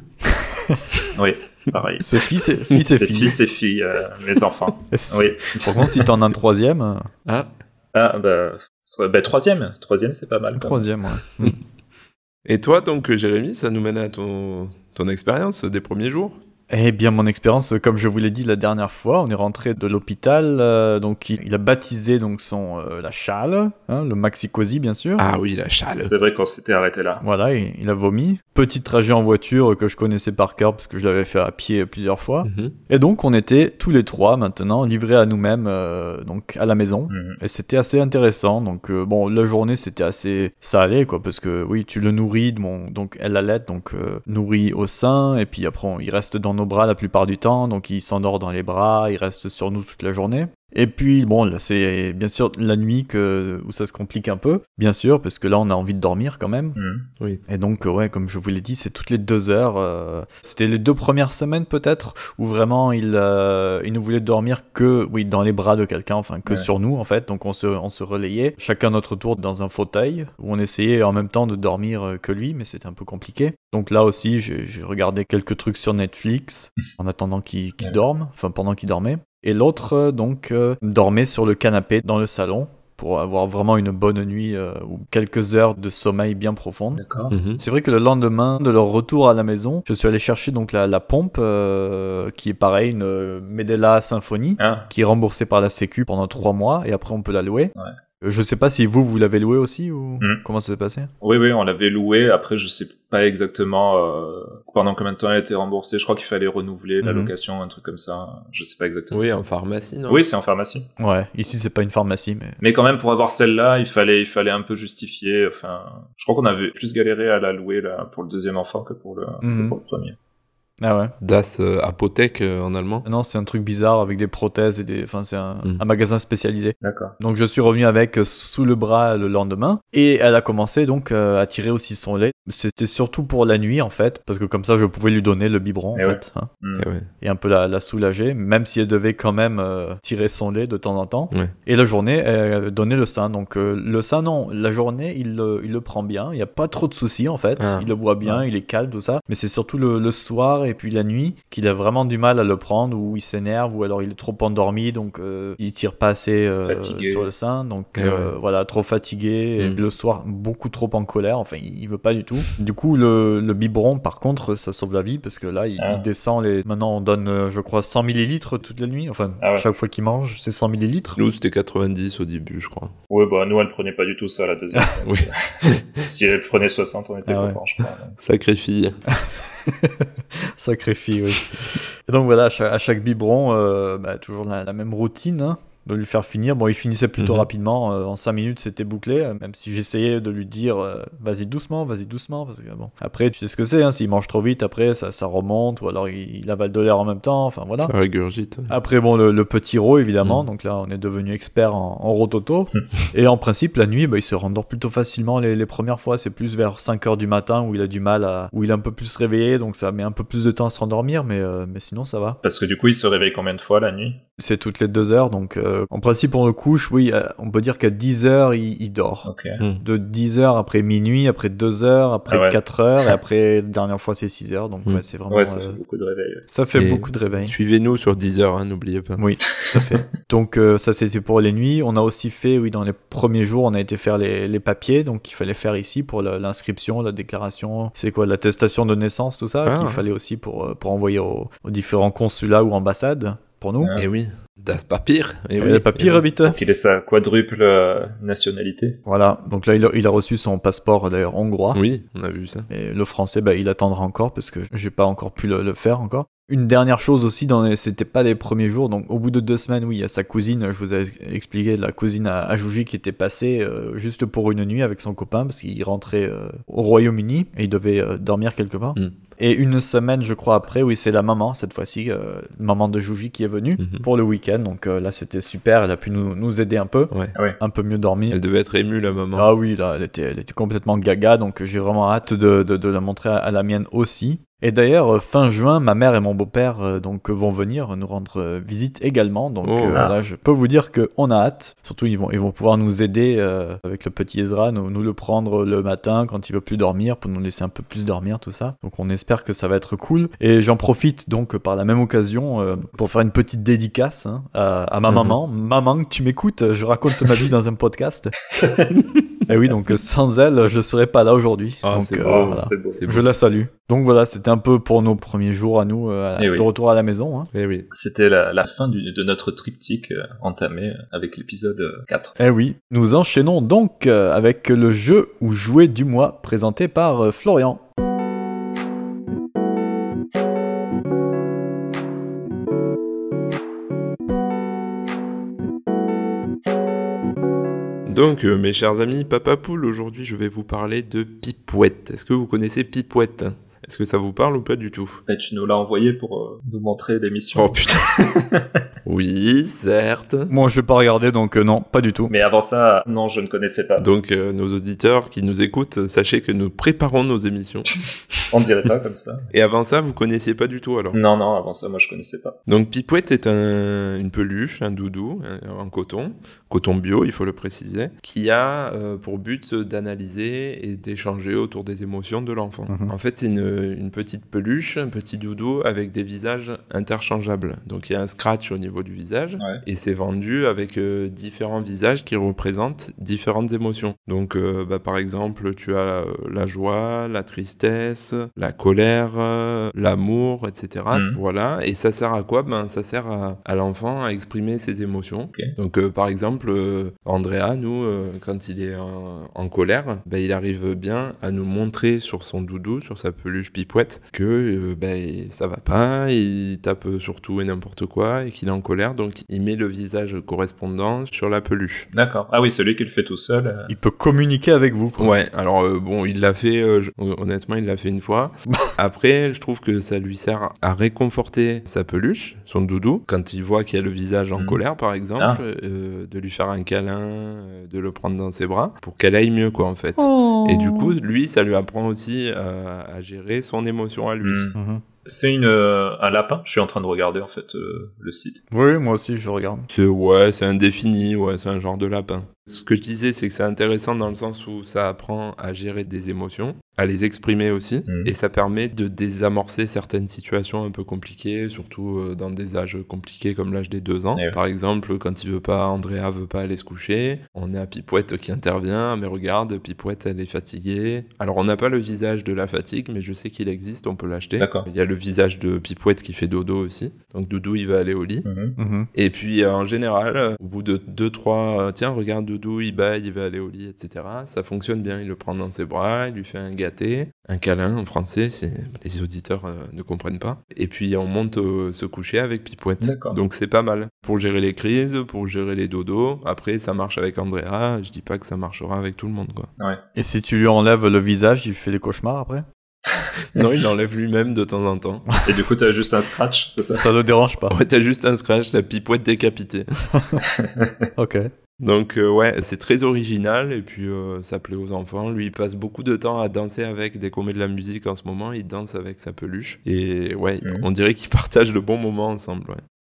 Speaker 3: Oui, pareil.
Speaker 2: c'est fils et fils et
Speaker 3: C'est
Speaker 2: fille.
Speaker 3: fils et filles, euh, mes enfants.
Speaker 2: Et c'est-
Speaker 3: Oui.
Speaker 2: Par contre, si t'en as un troisième, euh,
Speaker 4: Ah,
Speaker 3: Ah, bah, ce- bah, troisième. Troisième, c'est pas mal.
Speaker 2: un
Speaker 3: quand
Speaker 2: troisième, ouais.
Speaker 4: et toi, donc, Jérémy, ça nous mène à ton, ton expérience des premiers jours
Speaker 2: Eh bien, mon expérience, euh, comme je vous l'ai dit la dernière fois, on est rentré de l'hôpital, euh, donc il, il a baptisé donc son euh, la châle, hein, le maxi-cosi bien sûr.
Speaker 4: Ah oui, la
Speaker 3: même.
Speaker 4: chale.
Speaker 3: C'est vrai qu'on s'était arrêté là.
Speaker 2: Voilà, il, il a vomi. Petit trajet en voiture que je connaissais par cœur parce que je l'avais fait à pied plusieurs fois.
Speaker 4: Mhm.
Speaker 2: Et donc on était tous les trois maintenant livrés à nous-mêmes, euh, donc à la maison.
Speaker 3: Mhm.
Speaker 2: Et c'était assez intéressant. Donc, euh, bon, la journée, c'était assez. Ça allait, quoi. Parce que, oui, tu le nourris. Bon, donc, elle l'allait. Donc, euh, nourrit au sein. Et puis, après, on- il reste dans nos bras la plupart du temps. Donc, il s'endort dans les bras. Il reste sur nous toute la journée. Et puis, bon, là, c'est bien sûr la nuit que, où ça se complique un peu. Bien sûr, parce que là, on a envie de dormir quand même.
Speaker 3: Mhm.
Speaker 2: Et donc, euh, ouais, comme je vous l'ai dit, c'est toutes les deux heures. euh, C'était les deux premières semaines, peut-être, où vraiment il, euh, il ne voulait dormir que oui, dans les bras de quelqu'un, enfin, que
Speaker 3: Ouais.
Speaker 2: sur nous, en fait. Donc, on se, on se relayait, chacun notre tour dans un fauteuil, où on essayait en même temps de dormir euh, que lui, mais c'était un peu compliqué. Donc, là aussi, j'ai j'ai regardé quelques trucs sur Netflix, en attendant qu'il qu'il
Speaker 3: Ouais.
Speaker 2: dorme, enfin, pendant qu'il dormait. Et l'autre, euh, donc, euh, dormait sur le canapé dans le salon pour avoir vraiment une bonne nuit euh, ou quelques heures de sommeil bien profonde.
Speaker 3: D'accord.
Speaker 4: Mhm.
Speaker 2: C'est vrai que le lendemain de leur retour à la maison, je suis allé chercher donc la, la pompe, euh, qui est pareil, une euh, Medela Symphonie,
Speaker 3: Ah,
Speaker 2: qui est remboursée par la Sécu pendant trois mois, et après on peut la louer.
Speaker 3: Ouais.
Speaker 2: Euh, Je sais pas si vous, vous l'avez loué aussi, ou
Speaker 3: Mm.
Speaker 2: comment ça s'est passé
Speaker 3: oui, oui, on l'avait loué. Après, je sais pas exactement euh, pendant combien de temps elle était remboursée. Je crois qu'il fallait renouveler la
Speaker 2: Mhm.
Speaker 3: location, un truc comme ça. Je sais pas exactement.
Speaker 4: Oui, en pharmacie, non
Speaker 3: Oui, c'est en pharmacie.
Speaker 2: Ouais, ici c'est pas une pharmacie, mais...
Speaker 3: Mais quand même, pour avoir celle-là, il fallait, il fallait un peu justifier. Enfin, je crois qu'on avait plus galéré à la louer là, pour le deuxième enfant que pour le, que
Speaker 2: Mhm.
Speaker 3: pour le premier.
Speaker 2: Ah ouais
Speaker 4: Das euh, Apotheke euh, en allemand.
Speaker 2: Non, c'est un truc bizarre avec des prothèses et des. Enfin, c'est un,
Speaker 4: Mm.
Speaker 2: un magasin spécialisé.
Speaker 3: D'accord.
Speaker 2: Donc, je suis revenu avec euh, sous le bras le lendemain et elle a commencé donc euh, à tirer aussi son lait. C'était surtout pour la nuit en fait, parce que comme ça, je pouvais lui donner le biberon en
Speaker 3: Eh ouais.
Speaker 2: fait hein,
Speaker 3: Mhm.
Speaker 4: Eh ouais.
Speaker 2: et un peu la, la soulager, même si elle devait quand même euh, tirer son lait de temps en temps.
Speaker 4: Ouais.
Speaker 2: Et la journée, elle donnait le sein. Donc, euh, le sein, non, la journée, il, le- il le prend bien. Il n'y a pas trop de soucis en fait.
Speaker 4: Ah.
Speaker 2: Il le boit bien, il est calme, tout ça. Mais c'est surtout le, le soir et puis la nuit qu'il a vraiment du mal à le prendre, ou il s'énerve, ou alors il est trop endormi, donc euh, il tire pas assez euh,
Speaker 3: Fatigué.
Speaker 2: sur le sein. Donc
Speaker 4: Eh
Speaker 2: euh,
Speaker 4: ouais.
Speaker 2: voilà, trop fatigué. Et
Speaker 4: Mm.
Speaker 2: le soir, beaucoup trop en colère. Enfin, il, il veut pas du tout. Du coup, le, le biberon, par contre, ça sauve la vie parce que là, il,
Speaker 3: Ah.
Speaker 2: il descend les. Maintenant, on donne, euh, je crois, 100 millilitres toute la nuit. Enfin,
Speaker 3: Ah ouais.
Speaker 2: chaque fois qu'il mange, c'est 100 millilitres.
Speaker 4: Nous, c'était 90 au début, je crois.
Speaker 3: Ouais, bah nous, elle prenait pas du tout ça la deuxième.
Speaker 4: Oui.
Speaker 3: si elle prenait 60, on était
Speaker 2: Ah ouais.
Speaker 3: contents, je crois. donc.
Speaker 4: Sacrée fille.
Speaker 2: Sacré fille, oui. Et donc voilà, à cha- à chaque, biberon, euh, bah, toujours la, la même routine. hein, de lui faire finir. Bon, il finissait plutôt
Speaker 4: Mhm.
Speaker 2: rapidement. euh, en 5 minutes, c'était bouclé. euh, Même si j'essayais de lui dire euh, vas-y doucement, vas-y doucement. Parce que bon, après, tu sais ce que c'est. Hein, S'il mange trop vite, après, ça, ça remonte. Ou alors, il, il avale de l'air en même temps. Enfin, voilà.
Speaker 4: Ça régurgite.
Speaker 2: Après, bon, le, le petit rot, évidemment.
Speaker 4: Mm.
Speaker 2: Donc là, on est devenu expert en, en rototo.
Speaker 3: Mm.
Speaker 2: et en principe, la nuit, bah, il se rendort plutôt facilement les, les premières fois. C'est plus vers 5 heures du matin où il a du mal à. où il est un peu plus réveillé. Donc ça met un peu plus de temps à s'endormir. Mais, euh, mais sinon, ça va.
Speaker 3: Parce que du coup, il se réveille combien de fois la nuit
Speaker 2: C'est toutes les 2 heures. Donc euh, en principe, on le couche. Oui, euh, on peut dire qu'à 10 heures, il, il dort.
Speaker 3: Ok.
Speaker 2: De 10 heures après minuit, après 2 heures, après
Speaker 3: Ah ouais.
Speaker 2: 4 heures. Et après, la dernière fois, c'est 6 heures. Donc
Speaker 4: Mm.
Speaker 2: ouais, c'est vraiment.
Speaker 3: Ouais, ça
Speaker 2: euh,
Speaker 3: fait beaucoup de réveil. ouais.
Speaker 2: ça fait
Speaker 4: Et-
Speaker 2: beaucoup de réveil.
Speaker 4: Suivez-nous sur Deezer, hein, n'oubliez pas.
Speaker 2: Oui, tout à fait. Donc euh, ça c'était pour les nuits. On a aussi fait, oui, dans les premiers jours, on a été faire les, les papiers, donc qu'il fallait faire ici pour la- l'inscription, la déclaration, c'est quoi, l'attestation de naissance, tout ça,
Speaker 4: Ah,
Speaker 2: qu'il
Speaker 4: ouais.
Speaker 2: fallait aussi pour, euh, pour envoyer aux, aux différents consulats ou ambassades pour nous.
Speaker 3: Ah,
Speaker 4: Eh oui. Das Papier. Eh
Speaker 2: Et
Speaker 4: oui.
Speaker 2: les papiers,
Speaker 4: Eh oui.
Speaker 2: habite.
Speaker 3: Donc il est sa quadruple euh, nationalité.
Speaker 2: Voilà, donc là il a, il a reçu son passeport d'ailleurs hongrois.
Speaker 4: Oui, on a vu ça.
Speaker 2: Et le français, bah, il attendra encore parce que j'ai pas encore pu le, le faire encore. Une dernière chose aussi, dans les- c'était pas les premiers jours, donc au bout de deux semaines, oui, il y a sa cousine, je vous ai expliqué, la cousine à, à Jouji qui était passée euh, juste pour une nuit avec son copain parce qu'il rentrait euh, au Royaume-Uni et il devait euh, dormir quelque part.
Speaker 4: Mm.
Speaker 2: Et une semaine, je crois, après, oui, c'est la maman, cette fois-ci, euh, maman de Jouji qui est venue
Speaker 4: Mhm.
Speaker 2: pour le week-end, donc euh, là c'était super, elle a pu nous, nous aider un peu,
Speaker 4: Ouais.
Speaker 2: un peu mieux dormir.
Speaker 4: Elle devait être émue, la maman.
Speaker 2: Ah oui, là, elle était, elle était complètement gaga, donc j'ai vraiment hâte de, de- de la montrer à, à la mienne aussi. Et d'ailleurs, euh, fin juin, ma mère et mon beau-père euh, donc euh, vont venir nous rendre euh, visite également. Donc
Speaker 4: Oh.
Speaker 2: euh,
Speaker 3: Ah.
Speaker 2: là, je peux vous dire qu'on a hâte. Surtout, ils vont, ils vont pouvoir nous aider euh, avec le petit Ezra, nous, nous le prendre le matin quand il veut plus dormir, pour nous laisser un peu plus dormir, tout ça. Donc on espère que ça va être cool. Et j'en profite donc euh, par la même occasion euh, pour faire une petite dédicace hein, à, à ma
Speaker 4: Mhm.
Speaker 2: maman. Maman, tu m'écoutes, je raconte ma vie dans un podcast. Et oui, donc euh, sans elle, je serais pas là aujourd'hui.
Speaker 4: Ah,
Speaker 2: Donc,
Speaker 4: c'est
Speaker 2: euh,
Speaker 4: beau,
Speaker 3: oh,
Speaker 2: voilà.
Speaker 3: c'est beau.
Speaker 4: C'est beau.
Speaker 2: Je la salue. Donc voilà, c'était un peu pour nos premiers jours à nous, euh, à-
Speaker 3: Eh
Speaker 2: de
Speaker 3: oui.
Speaker 2: retour à la maison. hein.
Speaker 4: Eh oui.
Speaker 3: C'était la, la fin du- de notre triptyque euh, entamé euh, avec l'épisode euh, 4.
Speaker 2: Eh oui, nous enchaînons donc euh, avec le jeu ou jouet du mois présenté par euh, Florian.
Speaker 4: Donc, euh, mes chers amis, Papa Poule, aujourd'hui, je vais vous parler de Pipouette. Est-ce que vous connaissez Pipouette Est-ce que ça vous parle ou pas du tout
Speaker 3: Et Bah, tu nous l'as envoyé pour euh, nous montrer l'émission.
Speaker 4: Oh putain Oui, certes.
Speaker 2: Moi, je vais pas regarder, donc euh, non, pas du tout.
Speaker 3: Mais avant ça, non, je ne connaissais pas.
Speaker 4: Donc, euh, nos auditeurs qui nous écoutent, euh, sachez que nous préparons nos émissions.
Speaker 3: On dirait pas comme ça.
Speaker 4: Et avant ça, vous connaissiez pas du tout alors
Speaker 3: Non, non, avant ça, moi, je connaissais pas.
Speaker 4: Donc Pipouette est un- une peluche, un doudou euh, en coton, coton bio, il faut le préciser, qui a euh, pour but d'analyser et d'échanger autour des émotions de l'enfant.
Speaker 2: Mhm.
Speaker 4: En fait, c'est une une, une petite peluche, un petit doudou avec des visages interchangeables. Donc il y a un scratch au niveau du visage
Speaker 3: Ouais.
Speaker 4: et c'est vendu avec euh, différents visages qui représentent différentes émotions. Donc euh, bah, par exemple, tu as euh, la joie, la tristesse, la colère, euh, l'amour, etc.
Speaker 3: Mhm.
Speaker 4: Voilà. Et ça sert à quoi Ben ça sert à, à l'enfant à exprimer ses émotions.
Speaker 3: Ok.
Speaker 4: Donc euh, par exemple, euh, Andrea, nous, euh, quand il est en, en colère, ben, il arrive bien à nous montrer sur son doudou, sur sa peluche pipouette, que euh, ben, ça va pas, il tape surtout et n'importe quoi, et qu'il est en colère, donc il met le visage correspondant sur la peluche.
Speaker 3: D'accord. Ah oui, celui qui le fait tout seul. euh,
Speaker 2: Il peut communiquer avec vous. quoi.
Speaker 4: Ouais, alors euh, bon, il l'a fait, euh, je- honnêtement, il l'a fait une fois. Après, je trouve que ça lui sert à réconforter sa peluche, son doudou, quand il voit qu'il y a le visage en
Speaker 3: Mhm.
Speaker 4: colère, par exemple,
Speaker 3: Ah.
Speaker 4: euh, de lui faire un câlin, euh, de le prendre dans ses bras, pour qu'elle aille mieux, quoi, en fait. Et du coup, lui, ça lui apprend aussi euh, à gérer son émotion à lui.
Speaker 3: hmm.
Speaker 2: Mhm.
Speaker 3: C'est une euh, un lapin. Je suis en train de regarder en fait euh, le site.
Speaker 2: Oui, moi aussi, je regarde.
Speaker 4: C'est ouais, c'est indéfini, ouais, c'est un genre de lapin. Ce que je disais, c'est que c'est intéressant dans le sens où ça apprend à gérer des émotions, à les exprimer aussi,
Speaker 3: Mhm.
Speaker 4: et ça permet de désamorcer certaines situations un peu compliquées, surtout euh, dans des âges compliqués comme l'âge des deux ans.
Speaker 3: Eh oui.
Speaker 4: Par exemple, quand il veut pas, Andrea veut pas aller se coucher, on a Pipouette qui intervient, mais regarde, Pipouette, elle est fatiguée. Alors on n'a pas le visage de la fatigue, mais je sais qu'il existe, on peut l'acheter.
Speaker 3: D'accord.
Speaker 4: Il y a le visage de Pipouette qui fait dodo aussi, donc dodo il va aller au lit.
Speaker 3: Mhm.
Speaker 2: Mhm.
Speaker 4: Et puis euh, en général, euh, au bout de 2-3, tiens, regarde Doudou, il baille, il va aller au lit, etc. Ça fonctionne bien, il le prend dans ses bras, il lui fait un gâté, un câlin en français, c'est- les auditeurs euh, ne comprennent pas. Et puis on monte euh, se coucher avec Pipouette.
Speaker 3: D'accord.
Speaker 4: Donc c'est pas mal. Pour gérer les crises, pour gérer les dodos, après ça marche avec Andrea, je dis pas que ça marchera avec tout le monde quoi.
Speaker 2: Et si tu lui enlèves le visage, il fait des cauchemars après
Speaker 4: Non, il l'enlève lui-même de temps en temps.
Speaker 3: Et du coup, t'as juste un scratch, c'est ça
Speaker 2: Ça le dérange pas.
Speaker 4: Ouais, t'as juste un scratch, ta Pipouette décapitée.
Speaker 2: Ok.
Speaker 4: Donc euh, ouais, c'est très original et puis euh, ça plaît aux enfants. Lui, il passe beaucoup de temps à danser avec dès qu'on met de la musique en ce moment. Il danse avec sa peluche et ouais,
Speaker 3: Mhm.
Speaker 4: on dirait qu'ils partagent le bon moment ensemble. ouais.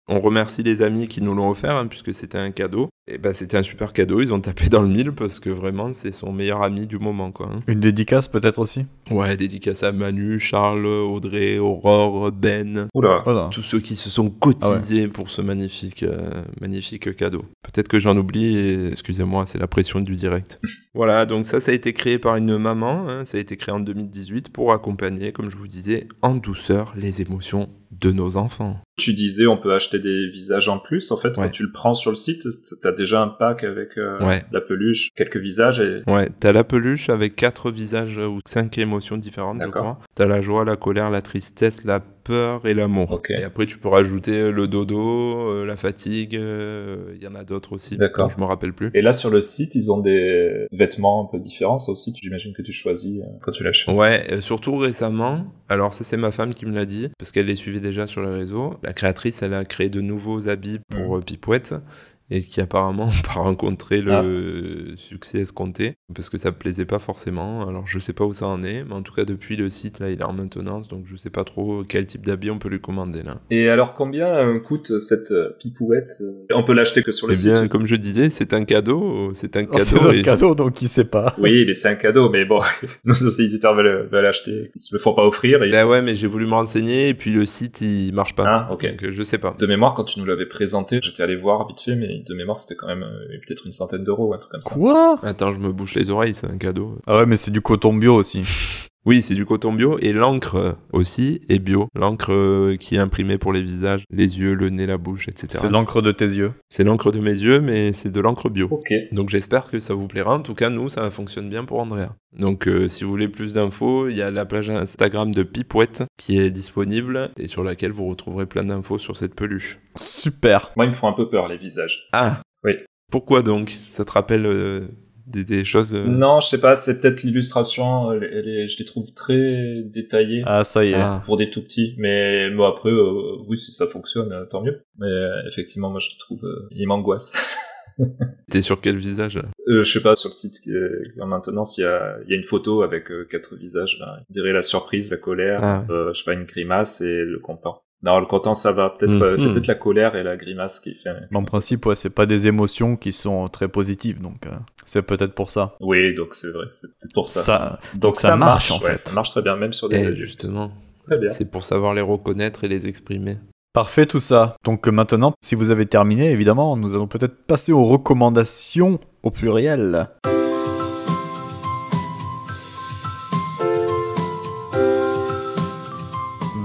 Speaker 4: On remercie les amis qui nous l'ont offert hein, puisque c'était un cadeau. Et ben c'était un super cadeau. Ils ont tapé dans le mille parce que vraiment c'est son meilleur ami du moment quoi. hein.
Speaker 2: Une dédicace peut-être aussi
Speaker 4: Ouais, dédicace à Manu, Charles, Audrey, Aurore, Ben,
Speaker 3: Oula.
Speaker 2: Voilà.
Speaker 4: tous ceux qui se sont cotisés pour ce magnifique, euh, magnifique cadeau. Peut-être que j'en oublie, et excusez-moi, c'est la pression du direct. voilà, donc ça, ça a été créé par une maman, hein, ça a été créé en 2018 pour accompagner, comme je vous disais, en douceur les émotions de nos enfants.
Speaker 3: Tu disais, on peut acheter des visages en plus. En fait, quand
Speaker 4: Ouais.
Speaker 3: tu le prends sur le site, t'as déjà un pack avec euh,
Speaker 4: Ouais.
Speaker 3: la peluche, quelques visages et.
Speaker 4: Ouais, t'as la peluche avec quatre visages ou cinq émotions différentes, je
Speaker 3: D'accord.
Speaker 4: crois. T'as la joie, la colère, la tristesse, la peur et l'amour.
Speaker 3: Ok.
Speaker 4: Et après, tu peux rajouter le dodo, euh, la fatigue, euh, il y en a d'autres aussi.
Speaker 3: D'accord.
Speaker 4: dont Je me rappelle plus.
Speaker 3: Et là, sur le site, ils ont des vêtements un peu différents. Ça aussi, tu- j'imagine que tu choisis euh, quand tu l'achètes.
Speaker 4: Ouais, euh, surtout récemment. Alors ça c'est ma femme qui me l'a dit parce qu'elle les suivait déjà sur les réseaux. La créatrice, elle a créé de nouveaux habits
Speaker 3: Mm.
Speaker 4: pour euh, Pipouette et qui apparemment n'a pas rencontré le
Speaker 3: Ah.
Speaker 4: succès escompté parce que ça plaisait pas forcément. Alors je sais pas où ça en est, mais en tout cas depuis le site là, il est en maintenance donc je sais pas trop quel type d'habit on peut lui commander là.
Speaker 3: Et alors, combien euh, coûte cette euh, pipouette euh On peut l'acheter que sur le
Speaker 4: Eh bien,
Speaker 3: site.
Speaker 4: comme je disais, c'est un cadeau, c'est un
Speaker 2: Oh, C'est
Speaker 4: cadeau.
Speaker 2: un
Speaker 4: et-
Speaker 2: cadeau, donc il sait pas.
Speaker 3: Oui, mais c'est un cadeau, mais bon, nos éditeurs veulent, veulent acheter, ils se le font pas offrir. et-
Speaker 4: Bah ouais, mais j'ai voulu me renseigner et puis le site il marche pas.
Speaker 3: Ah, ok.
Speaker 4: Donc, euh, je sais pas.
Speaker 3: De mémoire, quand tu nous l'avais présenté, j'étais allé voir vite fait, mais de mémoire, c'était quand même euh, peut-être une centaine d'euros, un truc comme ça.
Speaker 2: Quoi
Speaker 4: Attends, je me bouche les oreilles, c'est un cadeau.
Speaker 2: Ah ouais, mais c'est du coton bio aussi.
Speaker 4: Oui, c'est du coton bio et l'encre euh, aussi est bio. L'encre euh, qui est imprimée pour les visages, les yeux, le nez, la bouche, etc.
Speaker 2: C'est l'encre de tes yeux.
Speaker 4: C'est l'encre de mes yeux, mais c'est de l'encre bio.
Speaker 3: Ok.
Speaker 4: Donc j'espère que ça vous plaira. En tout cas, nous, ça fonctionne bien pour Andrea. Donc euh, si vous voulez plus d'infos, il y a la page Instagram de Pipouette qui est disponible et sur laquelle vous retrouverez plein d'infos sur cette peluche.
Speaker 2: Super.
Speaker 3: Moi, ils me font un peu peur, les visages.
Speaker 4: Ah
Speaker 3: Oui.
Speaker 4: Pourquoi donc Ça te rappelle euh, des, des choses euh,
Speaker 3: Non, je sais pas, c'est peut-être l'illustration, euh, les- les- je les trouve très détaillées.
Speaker 2: Ah, ça y est.
Speaker 4: Ah.
Speaker 3: Pour des tout petits, mais bon après, euh, oui, si ça fonctionne, euh, tant mieux. Mais euh, effectivement, moi je les trouve, euh, ils m'angoissent.
Speaker 4: T'es sur quel visage là
Speaker 3: Euh, je sais pas, sur le site euh, en maintenance, il y a, il y a une photo avec euh, quatre visages. Là. Je dirais la surprise, la colère,
Speaker 4: Ah.
Speaker 3: euh, je sais pas, une grimace et le content. Non, le content, ça va. Peut-être, euh, c'est
Speaker 4: Mhm.
Speaker 3: peut-être la colère et la grimace qui fait.
Speaker 2: Mais en principe, ouais, c'est pas des émotions qui sont très positives, donc euh, c'est peut-être pour ça.
Speaker 3: Oui, donc c'est vrai, c'est peut-être pour ça.
Speaker 2: Ça,
Speaker 3: donc
Speaker 2: ça
Speaker 3: ça,
Speaker 2: marche,
Speaker 3: marche,
Speaker 2: en
Speaker 3: ouais,
Speaker 2: fait.
Speaker 3: Ça marche très bien, même sur des
Speaker 4: Et
Speaker 3: adultes.
Speaker 4: Eh, justement,
Speaker 3: Très bien.
Speaker 4: c'est pour savoir les reconnaître et les exprimer.
Speaker 2: Parfait tout ça. Donc euh, maintenant, si vous avez terminé, évidemment, nous allons peut-être passer aux recommandations au pluriel.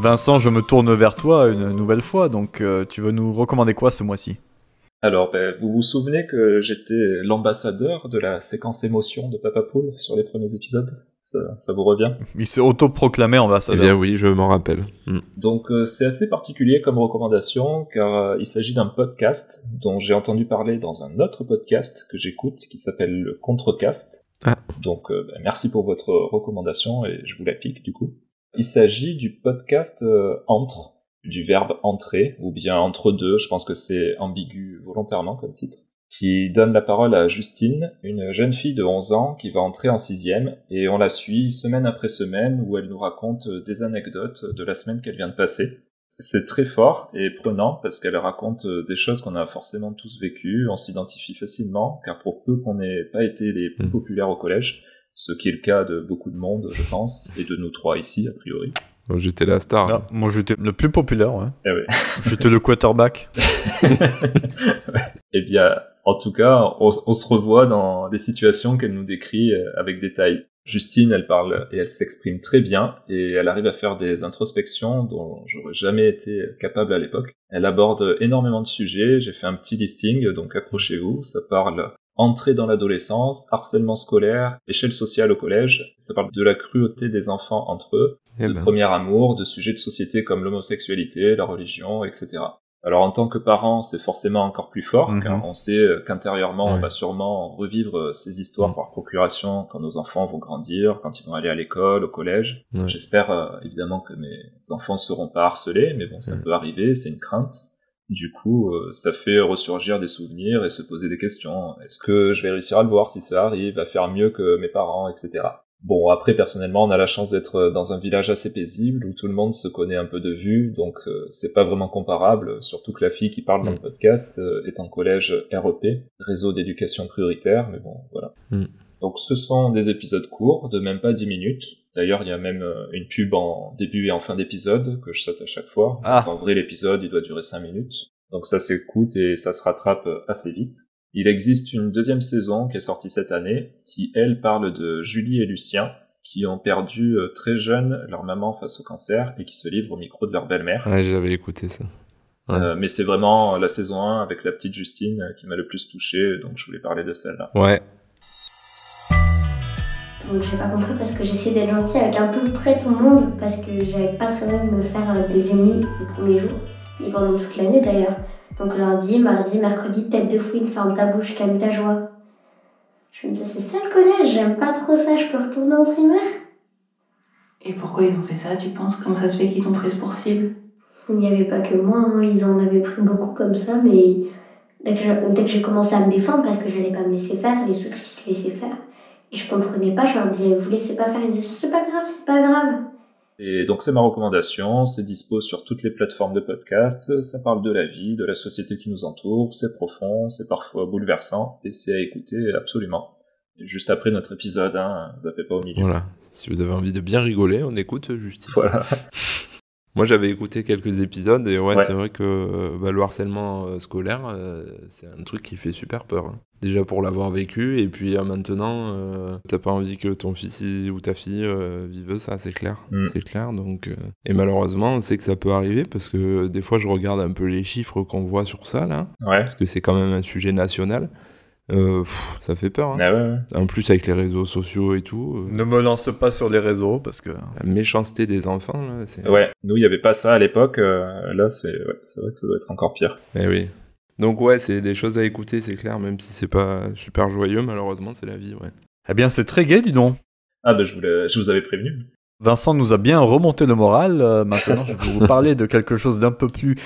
Speaker 2: Vincent, je me tourne vers toi une nouvelle fois, donc euh, tu veux nous recommander quoi ce mois-ci
Speaker 3: Alors, ben, vous vous souvenez que j'étais l'ambassadeur de la séquence émotion de Papa Poule sur les premiers épisodes ça, ça vous revient
Speaker 2: Il s'est autoproclamé
Speaker 4: eh
Speaker 2: ambassadeur.
Speaker 4: bien oui, je m'en rappelle. Mm.
Speaker 3: Donc euh, c'est assez particulier comme recommandation car euh, il s'agit d'un podcast dont j'ai entendu parler dans un autre podcast que j'écoute qui s'appelle le Contrecast.
Speaker 4: Ah.
Speaker 3: Donc euh, bah, merci pour votre recommandation et je vous la pique du coup. Il s'agit du podcast euh, entre du verbe entrer ou bien entre deux, je pense que c'est ambigu volontairement comme titre, qui donne la parole à Justine, une jeune fille de 11 ans qui va entrer en sixième, et on la suit semaine après semaine où elle nous raconte euh, des anecdotes de la semaine qu'elle vient de passer. C'est très fort et prenant parce qu'elle raconte euh, des choses qu'on a forcément tous vécues, on s'identifie facilement, car pour peu qu'on n'ait pas été les plus
Speaker 4: Mhm.
Speaker 3: populaires au collège, ce qui est le cas de beaucoup de monde, je pense, et de nous trois ici, a priori.
Speaker 4: Donc, J'étais la star.
Speaker 2: Ah, moi, j'étais le plus populaire, ouais.
Speaker 3: Eh oui.
Speaker 2: J'étais le quarterback.
Speaker 3: Eh bien, en tout cas, on, on se revoit dans les situations qu'elle nous décrit euh, avec détail. Justine, elle parle et elle s'exprime très bien et elle arrive à faire des introspections dont j'aurais jamais été capable à l'époque. Elle aborde énormément de sujets, j'ai fait un petit listing, donc accrochez-vous, ça parle entrée dans l'adolescence, harcèlement scolaire, échelle sociale au collège, ça parle de la cruauté des enfants entre eux,
Speaker 4: Eh
Speaker 3: de
Speaker 4: ben,
Speaker 3: premier amour, de sujets de société comme l'homosexualité, la religion, etc. Alors en tant que parent, c'est forcément encore plus fort,
Speaker 2: Mhm.
Speaker 3: car on sait euh, qu'intérieurement, on
Speaker 4: Ouais.
Speaker 3: va sûrement revivre euh, ces histoires
Speaker 4: Mhm.
Speaker 3: par procuration quand nos enfants vont grandir, quand ils vont aller à l'école, au collège.
Speaker 4: ouais.
Speaker 3: J'espère euh, évidemment que mes enfants seront pas harcelés, mais bon, ça
Speaker 4: Mhm.
Speaker 3: peut arriver, c'est une crainte. Du coup, euh, ça fait ressurgir des souvenirs et se poser des questions. Est-ce que je vais réussir à le voir si ça arrive, à faire mieux que mes parents, etc. Bon, après, personnellement, on a la chance d'être euh, dans un village assez paisible où tout le monde se connaît un peu de vue, donc euh, c'est pas vraiment comparable, surtout que la fille qui parle dans le podcast euh, est en collège REP, réseau d'éducation prioritaire, mais bon, voilà.
Speaker 4: Mm.
Speaker 3: Donc ce sont des épisodes courts, de même pas 10 minutes. D'ailleurs, il y a même euh, une pub en début et en fin d'épisode que je saute à chaque fois.
Speaker 2: Ah.
Speaker 3: En vrai, l'épisode, il doit durer 5 minutes. Donc ça s'écoute et ça se rattrape euh, assez vite. Il existe une deuxième saison qui est sortie cette année, qui elle parle de Julie et Lucien, qui ont perdu euh, très jeunes leur maman face au cancer et qui se livrent au micro de leur belle-mère.
Speaker 4: Ouais, j'avais écouté ça. ouais.
Speaker 3: Euh, mais c'est vraiment la saison 1 avec la petite Justine euh, qui m'a le plus touché, donc je voulais parler de celle-là.
Speaker 4: Ouais.
Speaker 1: Donc j'ai pas compris parce que j'essayais d'être gentille avec un peu près tout le monde parce que j'avais pas très envie de me faire euh, des ennemis le premier jour et pendant toute l'année d'ailleurs. Donc lundi, mardi, mercredi, tête de fouine, ferme ta bouche, calme ta joie. Je me disais c'est ça le collège, j'aime pas trop ça, je peux retourner en primaire.
Speaker 5: Et pourquoi ils ont fait ça, tu penses Comment ça se fait qu'ils t'ont prise pour cible
Speaker 1: Il n'y avait pas que moi, hein, ils en avaient pris beaucoup comme ça, mais dès que je- dès que j'ai commencé à me défendre parce que j'allais pas me laisser faire, les autres ils se laissaient faire. Et je comprenais pas, je leur disais vous laissez pas faire, ils disaient c'est pas grave, c'est pas grave.
Speaker 3: Et donc c'est ma recommandation, c'est dispo sur toutes les plateformes de podcast, ça parle de la vie, de la société qui nous entoure, c'est profond, c'est parfois bouleversant, et c'est à écouter absolument. Et Juste après notre épisode, hein, zappez pas au milieu.
Speaker 4: Voilà. Si vous avez envie de bien rigoler, on écoute euh, Justine.
Speaker 3: Voilà.
Speaker 4: Moi, j'avais écouté quelques épisodes et ouais,
Speaker 3: Ouais.
Speaker 4: c'est vrai que euh, bah, le harcèlement euh, scolaire, euh, c'est un truc qui fait super peur. hein. Déjà pour l'avoir vécu et puis euh, maintenant, euh, t'as pas envie que ton fils i- ou ta fille euh, vive ça, c'est clair,
Speaker 3: Mm.
Speaker 4: c'est clair. Donc euh, et malheureusement, on sait que ça peut arriver parce que des fois, je regarde un peu les chiffres qu'on voit sur ça là,
Speaker 3: Ouais.
Speaker 4: parce que c'est quand même un sujet national. Euh, pff, ça fait peur. hein.
Speaker 3: Ah ouais, ouais.
Speaker 4: En plus avec les réseaux sociaux et tout, euh,
Speaker 2: Ne me lance pas sur les réseaux parce que euh,
Speaker 4: la méchanceté des enfants là, c'est.
Speaker 3: Ouais, nous, il n'y avait pas ça à l'époque. euh, là, c'est ouais, c'est vrai que ça doit être encore pire.
Speaker 4: Eh oui. Donc ouais, c'est des choses à écouter, c'est clair, même si c'est pas super joyeux, malheureusement, c'est la vie, ouais.
Speaker 2: Eh bien, c'est très gai, dis donc.
Speaker 3: Ah, ben, je, voulais, je vous avais prévenu.
Speaker 2: Vincent nous a bien remonté le moral. Euh, maintenant, je vais vous parler de quelque chose d'un peu plus,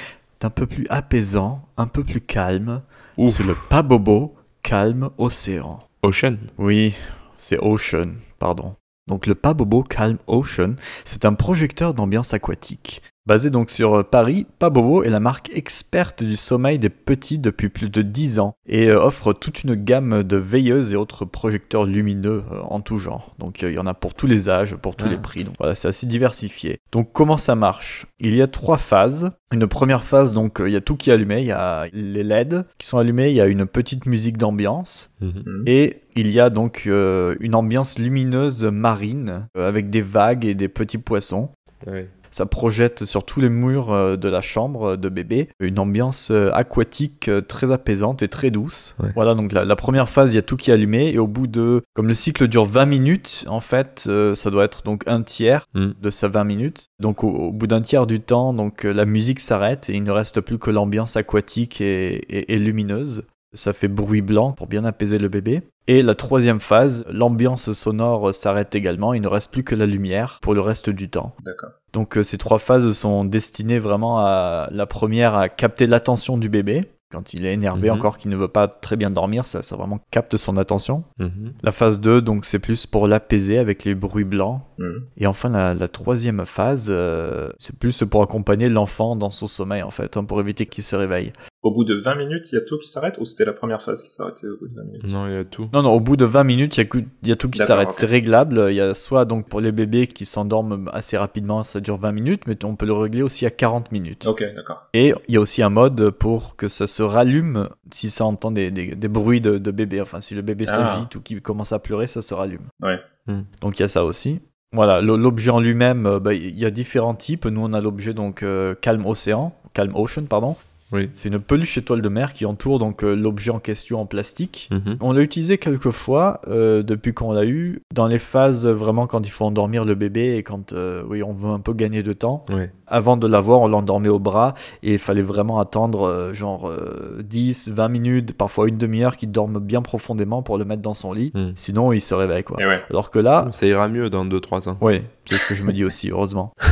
Speaker 2: d'un peu plus apaisant, un peu plus calme.
Speaker 4: Ouf.
Speaker 2: C'est le pas bobo, calme océan.
Speaker 4: Ocean.
Speaker 2: Oui, c'est Ocean, pardon. Donc le Pabobo Calm Ocean, c'est un projecteur d'ambiance aquatique. Basé donc sur euh, Paris, Pabobo est la marque experte du sommeil des petits depuis plus de 10 ans et euh, offre toute une gamme de veilleuses et autres projecteurs lumineux euh, en tout genre. Donc euh, il y en a pour tous les âges, pour tous
Speaker 4: Ah.
Speaker 2: les prix. Donc voilà, c'est assez diversifié. Donc comment ça marche Il y a trois phases. Une première phase, donc euh, il y a tout qui est allumé, il y a les LED qui sont allumés, il y a une petite musique d'ambiance.
Speaker 4: Mhm.
Speaker 2: Et il y a donc euh, une ambiance lumineuse marine euh, avec des vagues et des petits poissons.
Speaker 4: Ouais.
Speaker 2: Ça projette sur tous les murs euh, de la chambre euh, de bébé une ambiance euh, aquatique euh, très apaisante et très douce.
Speaker 4: Ouais.
Speaker 2: Voilà, donc la, la première phase, il y a tout qui est allumé et au bout de... Comme le cycle dure 20 minutes, en fait, euh, ça doit être donc un tiers
Speaker 4: Mm.
Speaker 2: de ces 20 minutes. Donc au, au bout d'un tiers du temps, donc euh, la musique s'arrête et il ne reste plus que l'ambiance aquatique et- et- et lumineuse. Ça fait bruit blanc pour bien apaiser le bébé. Et la troisième phase, l'ambiance sonore s'arrête également, il ne reste plus que la lumière pour le reste du temps.
Speaker 3: D'accord.
Speaker 2: Donc euh, ces trois phases sont destinées vraiment à la première à capter l'attention du bébé. Quand il est énervé
Speaker 4: Mhm.
Speaker 2: encore, qu'il ne veut pas très bien dormir, ça, ça vraiment capte son attention.
Speaker 4: Mhm.
Speaker 2: La phase 2, donc c'est plus pour l'apaiser avec les bruits blancs.
Speaker 3: Mhm.
Speaker 2: Et enfin la, la troisième phase, euh, c'est plus pour accompagner l'enfant dans son sommeil en fait, hein, pour éviter qu'il se réveille.
Speaker 3: Au bout de 20 minutes, il y a tout qui s'arrête ou c'était la première phase qui s'arrêtait au bout de 20 minutes
Speaker 4: Non, il y a tout.
Speaker 2: Non, non, au bout de 20 minutes, il y a que- il y, a tout qui
Speaker 3: D'accord,
Speaker 2: s'arrête.
Speaker 3: ok.
Speaker 2: C'est réglable. Il y a soit donc pour les bébés qui s'endorment assez rapidement, ça dure 20 minutes, mais on peut le régler aussi à 40 minutes.
Speaker 3: Ok, d'accord.
Speaker 2: Et il y a aussi un mode pour que ça se rallume si ça entend des, des- des bruits de, de bébé. Enfin, si le bébé
Speaker 3: Ah.
Speaker 2: s'agite ou qu'il commence à pleurer, ça se rallume.
Speaker 3: Ouais.
Speaker 4: Hmm.
Speaker 2: Donc il y a ça aussi. Voilà, l'o- l'objet en lui-même, euh, bah, il y a différents types. Nous, on a l'objet donc euh, Calm Océan, Calm Ocean, pardon.
Speaker 4: Oui.
Speaker 2: C'est une peluche étoile de mer qui entoure donc euh, l'objet en question en plastique.
Speaker 4: Mhm.
Speaker 2: On l'a utilisé quelques fois euh, depuis qu'on l'a eu, dans les phases euh, vraiment quand il faut endormir le bébé et quand euh, oui, on veut un peu gagner de temps.
Speaker 4: Ouais.
Speaker 2: Avant de l'avoir, on l'endormait au bras et il fallait vraiment attendre euh, genre euh, 10, 20 minutes, parfois une demi-heure qu'il dorme bien profondément pour le mettre dans son lit.
Speaker 4: Mm.
Speaker 2: Sinon, il se réveille quoi.
Speaker 3: Et ouais.
Speaker 2: Alors que là,
Speaker 4: Ça ira mieux dans 2-3 ans.
Speaker 2: oui, c'est ce que je me dis aussi, heureusement.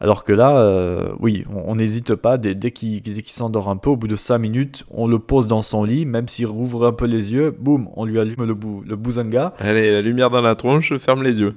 Speaker 2: Alors que là, euh, oui, on on n'hésite pas, dès, dès qu'il dès qu'il s'endort un peu, au bout de 5 minutes, on le pose dans son lit, même s'il rouvre un peu les yeux, boum, on lui allume le, bou le bouzanga.
Speaker 4: Allez, la lumière dans la tronche, ferme les yeux.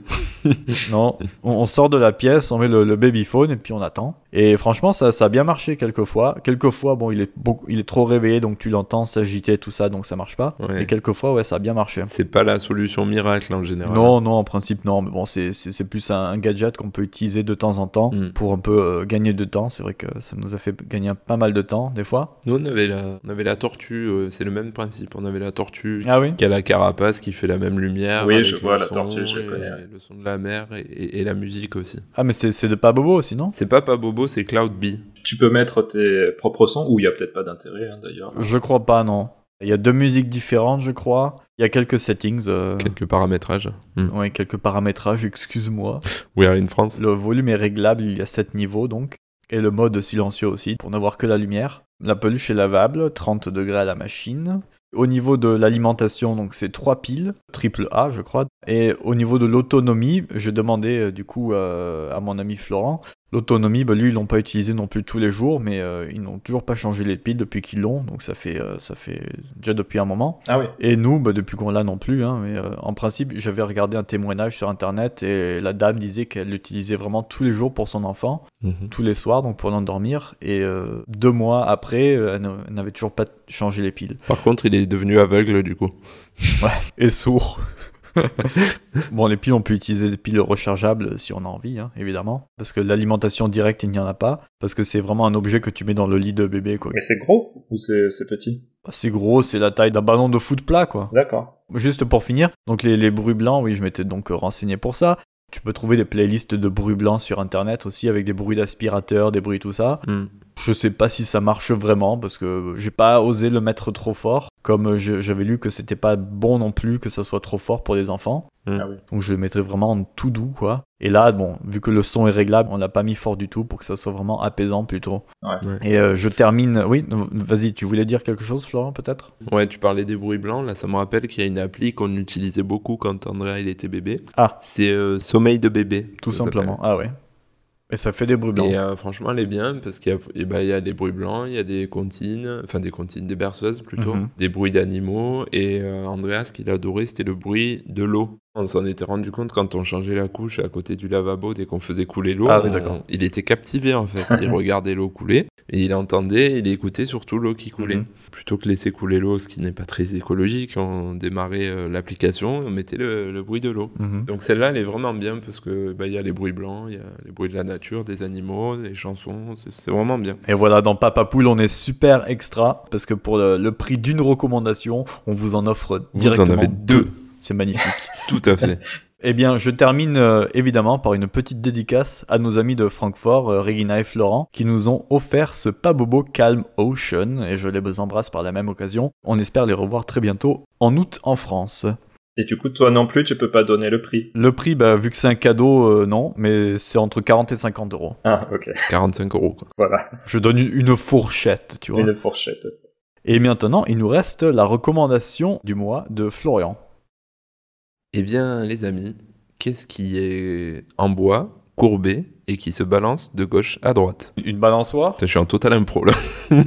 Speaker 2: Non, on, on sort de la pièce, on met le, le babyphone et puis on attend. Et franchement, ça, ça a bien marché quelquefois. Quelquefois, bon, il est, beaucoup- il est trop réveillé, donc tu l'entends s'agiter, tout ça, donc ça marche pas.
Speaker 4: Ouais.
Speaker 2: Et quelquefois, ouais, ça a bien marché.
Speaker 4: C'est pas la solution miracle en général.
Speaker 2: Non, non, en principe, non. Mais bon, c'est- c'est c'est plus un, un gadget qu'on peut utiliser de temps en temps
Speaker 4: Mm.
Speaker 2: pour un peu euh, gagner de temps. C'est vrai que ça nous a fait gagner un- pas mal de temps, des fois.
Speaker 4: Nous, on avait la, on avait la tortue, euh, c'est le même principe. On avait la tortue
Speaker 2: Ah oui
Speaker 4: qui a la carapace qui fait la même lumière.
Speaker 3: Oui,
Speaker 4: avec
Speaker 3: je
Speaker 4: le
Speaker 3: vois la
Speaker 4: son
Speaker 3: tortue, je
Speaker 4: et
Speaker 3: connais.
Speaker 4: Le son de la mer et, et- et la musique aussi.
Speaker 2: Ah, mais c'est c'est de pas bobo aussi, non
Speaker 4: C'est pas Pabobo, c'est Cloud Bee.
Speaker 3: Tu peux mettre tes propres sons ou il y a peut-être pas d'intérêt hein, d'ailleurs.
Speaker 2: Je crois pas, non. Il y a deux musiques différentes, je crois. Il y a quelques settings. euh,
Speaker 4: Quelques paramétrages.
Speaker 3: Hmm.
Speaker 2: ouais, quelques paramétrages, excuse-moi.
Speaker 4: We are in France.
Speaker 2: Le volume est réglable, il y a 7 niveaux donc. Et le mode silencieux aussi, pour n'avoir que la lumière. La peluche est lavable, 30 degrés à la machine. Au niveau de l'alimentation, donc c'est 3 piles, triple A je crois. Et au niveau de l'autonomie, j'ai demandé euh, du coup euh, à mon ami Florent. L'autonomie, bah, lui, ils l'ont pas utilisé non plus tous les jours, mais euh, ils n'ont toujours pas changé les piles depuis qu'ils l'ont, donc ça fait, euh, ça fait déjà depuis un moment.
Speaker 3: Ah oui.
Speaker 2: Et nous, bah, depuis qu'on l'a non plus, hein, mais euh, en principe, j'avais regardé un témoignage sur internet et la dame disait qu'elle l'utilisait vraiment tous les jours pour son enfant,
Speaker 3: Mhm.
Speaker 2: tous les soirs, donc pour l'endormir. Et euh, deux mois après, euh, elle ne- elle n'avait toujours pas changé les piles.
Speaker 4: Par contre, il est devenu aveugle du coup.
Speaker 2: Et sourd. bon, les piles, on peut utiliser des piles rechargeables si on a envie, hein, évidemment. Parce que l'alimentation directe, il n'y en a pas. Parce que c'est vraiment un objet que tu mets dans le lit de bébé, quoi.
Speaker 3: Mais c'est gros ou c'est c'est petit
Speaker 2: C'est gros, c'est la taille d'un ballon de foot plat, quoi.
Speaker 3: D'accord.
Speaker 2: Juste pour finir, donc les, les bruits blancs, oui, je m'étais donc euh, renseigné pour ça. Tu peux trouver des playlists de bruits blancs sur internet aussi, avec des bruits d'aspirateur, des bruits tout ça. Je sais pas si ça marche vraiment, parce que j'ai pas osé le mettre trop fort, comme euh, je- j'avais lu que c'était pas bon non plus que ça soit trop fort pour les enfants.
Speaker 4: Mm.
Speaker 3: Ah oui.
Speaker 2: Donc je le mettrais vraiment en tout doux, quoi. Et là, bon, vu que le son est réglable, on l'a pas mis fort du tout pour que ça soit vraiment apaisant plutôt.
Speaker 3: Ouais.
Speaker 4: Ouais.
Speaker 2: Et euh, je termine. Oui, vas-y, tu voulais dire quelque chose, Florent, peut-être
Speaker 4: Ouais, tu parlais des bruits blancs. Là, ça me rappelle qu'il y a une appli qu'on utilisait beaucoup quand Andrea il était bébé.
Speaker 2: Ah.
Speaker 4: C'est euh, Sommeil de bébé.
Speaker 2: Tout
Speaker 4: ça s'appelle.
Speaker 2: simplement. Ah ouais. Et ça fait des bruits blancs.
Speaker 4: Et euh, franchement, elle est bien parce qu'il y, a- eh ben, il y a des bruits blancs, il y a des comptines, enfin des comptines, des berceuses plutôt,
Speaker 2: Mhm.
Speaker 4: des bruits d'animaux. Et euh, Andrea, ce qu'il adorait, c'était le bruit de l'eau. On s'en était rendu compte quand on changeait la couche à côté du lavabo dès qu'on faisait couler l'eau.
Speaker 2: Ah oui,
Speaker 4: on-
Speaker 2: d'accord.
Speaker 4: Il était captivé en fait. il regardait l'eau couler et il entendait, il écoutait surtout l'eau qui coulait.
Speaker 2: Mhm.
Speaker 4: Plutôt que laisser couler l'eau, ce qui n'est pas très écologique, on démarrait euh, l'application et on mettait le- le bruit de l'eau.
Speaker 2: Mhm.
Speaker 4: Donc celle-là, elle est vraiment bien parce que bah, il y a les bruits blancs, il y a les bruits de la nature, des animaux, des chansons, c'est c'est vraiment bien.
Speaker 2: Et voilà, dans Papa Poule, on est super extra parce que pour le, le prix d'une recommandation, on vous en offre
Speaker 4: Vous en
Speaker 2: directement
Speaker 4: avez deux,
Speaker 2: C'est magnifique.
Speaker 4: tout à fait.
Speaker 2: Eh bien, je termine euh, évidemment par une petite dédicace à nos amis de Francfort, euh, Regina et Florent, qui nous ont offert ce Pabobo Calm Ocean et je les embrasse par la même occasion. On espère les revoir très bientôt en août en France.
Speaker 3: Et du coup, toi non plus, tu peux pas donner le prix.
Speaker 2: Le prix, bah, vu que c'est un cadeau, euh, non, mais c'est entre 40 et 50 euros.
Speaker 3: Ah, ok.
Speaker 4: 45 euros. Quoi.
Speaker 3: Voilà,
Speaker 2: Je donne une- une fourchette, tu vois.
Speaker 3: une fourchette.
Speaker 2: Et maintenant, il nous reste la recommandation du mois de Florian.
Speaker 4: Eh bien, les amis, qu'est-ce qui est en bois, courbé et qui se balance de gauche à droite
Speaker 2: Une balançoire
Speaker 4: Putain, Je suis en total impro là.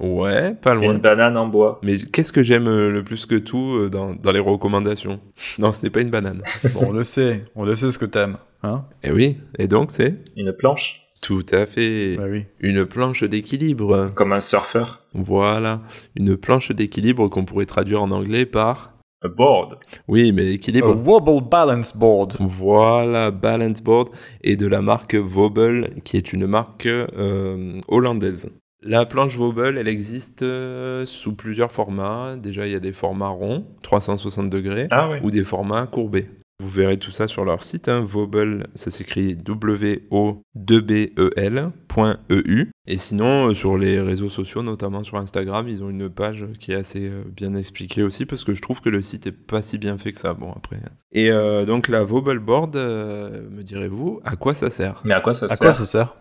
Speaker 4: ouais, pas
Speaker 3: Et
Speaker 4: loin.
Speaker 3: une banane en bois.
Speaker 4: Mais qu'est-ce que j'aime euh, le plus que tout euh, dans, dans les recommandations Non, ce n'est pas une banane.
Speaker 2: Bon, on le sait, on le sait ce que t'aimes. Hein
Speaker 4: Eh oui, et donc c'est
Speaker 3: Une planche.
Speaker 4: Tout à fait.
Speaker 2: Bah oui.
Speaker 4: Une planche d'équilibre.
Speaker 3: Comme un surfeur.
Speaker 4: Voilà, une planche d'équilibre qu'on pourrait traduire en anglais par...
Speaker 3: A board.
Speaker 4: Oui, mais
Speaker 2: A
Speaker 4: équilibre.
Speaker 2: Oh, wobble balance board.
Speaker 4: Voilà, Balance Board et de la marque Wobble, qui est une marque euh, hollandaise. La planche Wobble, elle existe euh, sous plusieurs formats. Déjà, il y a des formats ronds, 360 degrés,
Speaker 3: Ah oui.
Speaker 4: ou des formats courbés. Vous verrez tout ça sur leur site, hein, Wobble, ça s'écrit E W-O-B-E-L.eu. E Et sinon, euh, sur les réseaux sociaux, notamment sur Instagram, ils ont une page qui est assez euh, bien expliquée aussi, parce que je trouve que le site est pas si bien fait que ça. Bon, après. hein. Et euh, donc, la Wobble Board, euh, me direz-vous, à quoi ça sert
Speaker 3: Mais à quoi ça
Speaker 2: À
Speaker 3: sert
Speaker 2: quoi ça sert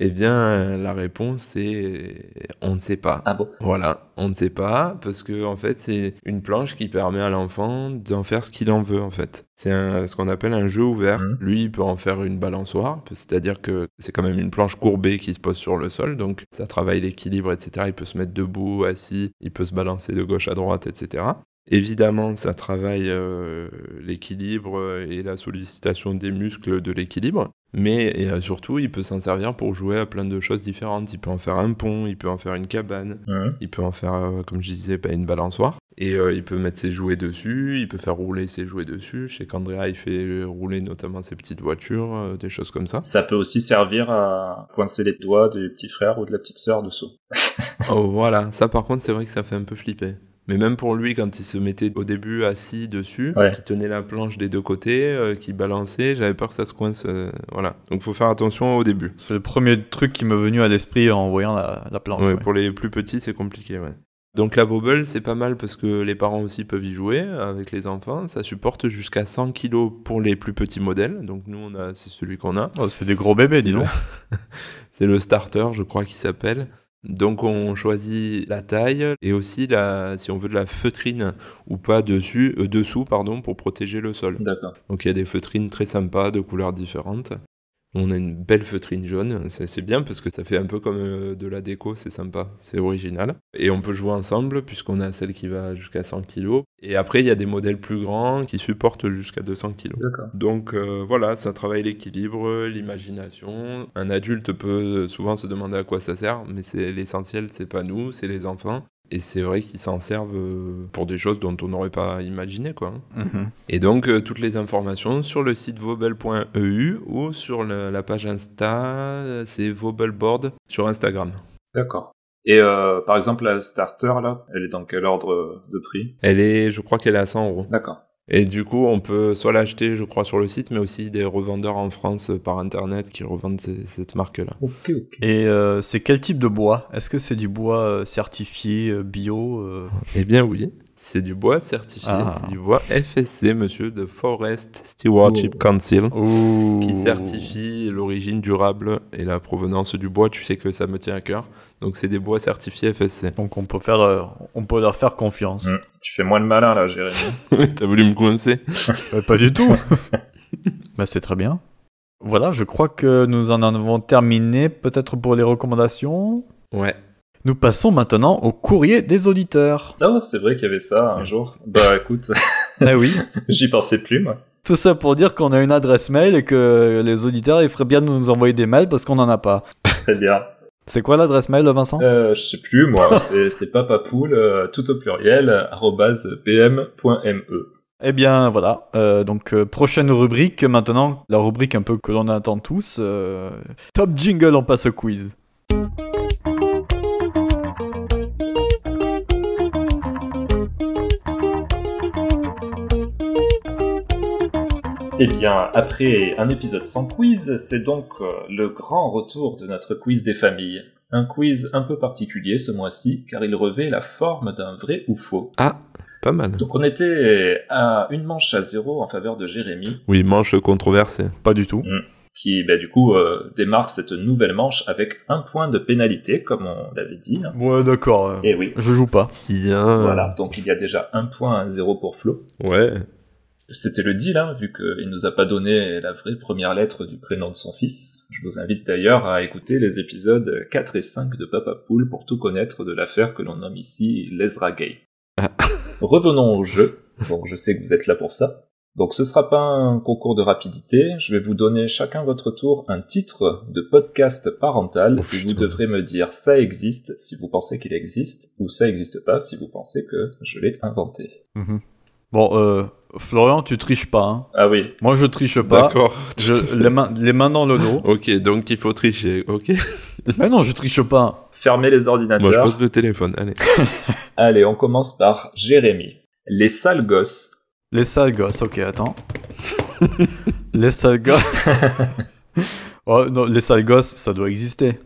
Speaker 4: Eh bien, euh, la réponse est on ne sait pas.
Speaker 3: Ah bon
Speaker 4: Voilà, on ne sait pas, parce que en fait, c'est une planche qui permet à l'enfant d'en faire ce qu'il en veut, en fait. C'est un- ce qu'on appelle un jeu ouvert.
Speaker 3: Mhm.
Speaker 4: Lui, il peut en faire une balançoire, c'est-à-dire que c'est quand même une planche courbée qui se pose sur le sol, donc ça travaille l'équilibre, etc. Il peut se mettre debout, assis, il peut se balancer de gauche à droite, etc. Évidemment, ça travaille euh, l'équilibre et la sollicitation des muscles de l'équilibre, mais et, euh, surtout, il peut s'en servir pour jouer à plein de choses différentes. Il peut en faire un pont, il peut en faire une cabane,
Speaker 3: Mhm.
Speaker 4: il peut en faire, euh, comme je disais, bah, une balançoire. Et euh, il peut mettre ses jouets dessus, il peut faire rouler ses jouets dessus. Je sais qu'Andrea, il fait euh, rouler notamment ses petites voitures, euh, des choses comme ça.
Speaker 3: Ça peut aussi servir à coincer les doigts du petit frère ou de la petite sœur dessous.
Speaker 4: Oh voilà, ça par contre, c'est vrai que ça fait un peu flipper. Mais même pour lui, quand il se mettait au début assis dessus,
Speaker 3: Ouais.
Speaker 4: qui tenait la planche des deux côtés, euh, qui balançait, j'avais peur que ça se coince. euh, voilà. Donc faut faire attention au début.
Speaker 2: C'est le premier truc qui m'est venu à l'esprit en voyant la, la planche.
Speaker 4: Ouais,
Speaker 2: ouais.
Speaker 4: Pour les plus petits, c'est compliqué. ouais. Donc la bobble, c'est pas mal parce que les parents aussi peuvent y jouer avec les enfants. Ça supporte jusqu'à 100 kilos pour les plus petits modèles. Donc nous, on a, c'est celui qu'on a.
Speaker 2: Oh, c'est des gros bébés, dis
Speaker 4: C'est le-
Speaker 2: donc.
Speaker 4: C'est le starter, je crois qu'il s'appelle. Donc on choisit la taille et aussi la, si on veut de la feutrine ou pas dessus, euh, dessous pardon, pour protéger le sol.
Speaker 3: D'accord.
Speaker 4: Donc il y a des feutrines très sympas de couleurs différentes. On a une belle feutrine jaune, c'est c'est bien parce que ça fait un peu comme euh, de la déco, c'est sympa, c'est original. Et on peut jouer ensemble puisqu'on a celle qui va jusqu'à 100 kg. Et après il y a des modèles plus grands qui supportent jusqu'à 200 kg.
Speaker 3: D'accord.
Speaker 4: Donc euh, voilà, ça travaille l'équilibre, l'imagination. Un adulte peut souvent se demander à quoi ça sert, mais c'est l'essentiel, c'est pas nous, c'est les enfants. Et c'est vrai qu'ils s'en servent euh, pour des choses dont on n'aurait pas imaginé quoi.
Speaker 2: Mhm.
Speaker 4: Et donc, euh, toutes les informations sur le site vobel.eu ou sur le- la page Insta, euh, c'est vobelboard sur Instagram.
Speaker 3: D'accord. Et euh, par exemple, la starter, là, elle est dans quel ordre de prix
Speaker 4: Elle est, je crois qu'elle est à 100 euros.
Speaker 3: D'accord.
Speaker 4: Et du coup, on peut soit l'acheter, je crois, sur le site, mais aussi des revendeurs en France euh, par internet qui revendent ces- cette marque-là.
Speaker 3: Ok, ok.
Speaker 2: Et euh, c'est quel type de bois Est-ce que c'est du bois euh, certifié, euh, bio euh,
Speaker 4: Eh bien, oui, c'est du bois certifié,
Speaker 2: Ah.
Speaker 4: c'est du bois FSC, monsieur, de Forest Stewardship Council. qui certifie l'origine durable et la provenance du bois, tu sais que ça me tient à cœur. Donc c'est des bois certifiés FSC.
Speaker 2: Donc on peut, faire, euh, on peut leur faire confiance.
Speaker 3: Mm. Tu fais moins le malin, là, Jérémy.
Speaker 4: T'as voulu me coincer
Speaker 2: Euh, pas du tout. bah c'est très bien. Voilà, je crois que nous en avons terminé, peut-être pour les recommandations.
Speaker 4: Ouais.
Speaker 2: Nous passons maintenant au courrier des auditeurs.
Speaker 3: Ah ouais, c'est vrai qu'il y avait ça un jour. Bah écoute,
Speaker 2: Ah oui,
Speaker 3: j'y pensais plus, moi.
Speaker 2: tout ça pour dire qu'on a une adresse mail et que les auditeurs, il ferait bien de nous envoyer des mails parce qu'on n'en a pas.
Speaker 3: Très bien.
Speaker 2: C'est quoi l'adresse mail, Vincent
Speaker 3: Euh, je sais plus, moi. c'est c'est papapoule, euh, tout au pluriel, arrobase pm.me.
Speaker 2: Eh bien voilà, Euh, donc euh, prochaine rubrique maintenant, la rubrique un peu que l'on attend tous. euh, Top jingle, on passe au quiz.
Speaker 3: Eh bien, après un épisode sans quiz, c'est donc euh, le grand retour de notre quiz des familles. Un quiz un peu particulier ce mois-ci, car il revêt la forme d'un vrai ou faux.
Speaker 4: Ah, pas mal.
Speaker 3: Donc on était à une manche à zéro en faveur de Jérémy,
Speaker 4: Oui, manche controversée.
Speaker 2: Pas du tout.
Speaker 3: qui bah, du coup euh, démarre cette nouvelle manche avec un point de pénalité, comme on l'avait dit.
Speaker 2: Ouais, d'accord. euh,
Speaker 3: Et oui,
Speaker 2: Je joue pas.
Speaker 4: Tiens.
Speaker 3: voilà, donc il y a déjà un point à zéro pour Flo.
Speaker 4: Ouais.
Speaker 3: C'était le deal, hein, vu qu'il nous a pas donné la vraie première lettre du prénom de son fils. Je vous invite d'ailleurs à écouter les épisodes 4 et 5 de Papa Poule pour tout connaître de l'affaire que l'on nomme ici l'Ezra Gay.
Speaker 4: Ah.
Speaker 3: Revenons au jeu. Bon, je sais que vous êtes là pour ça. Donc ce sera pas un concours de rapidité. Je vais vous donner chacun votre tour un titre de podcast parental
Speaker 4: Oh,
Speaker 3: et vous
Speaker 4: putain.
Speaker 3: devrez me dire ça existe si vous pensez qu'il existe ou ça existe pas si vous pensez que je l'ai inventé.
Speaker 2: Mhm. Bon, euh, Florian, tu triches pas. hein.
Speaker 3: Ah oui,
Speaker 2: Moi, je triche pas.
Speaker 4: D'accord.
Speaker 2: Je- les, mains, les mains dans le dos.
Speaker 4: Ok, donc il faut tricher. Ok.
Speaker 2: Mais non, je triche pas.
Speaker 3: fermez les ordinateurs.
Speaker 4: Bon, je pose le téléphone. Allez.
Speaker 3: Allez, on commence par Jérémy. Les sales gosses.
Speaker 2: Les sales gosses, ok, attends. les sales gosses. oh, non, les sales gosses, ça doit exister.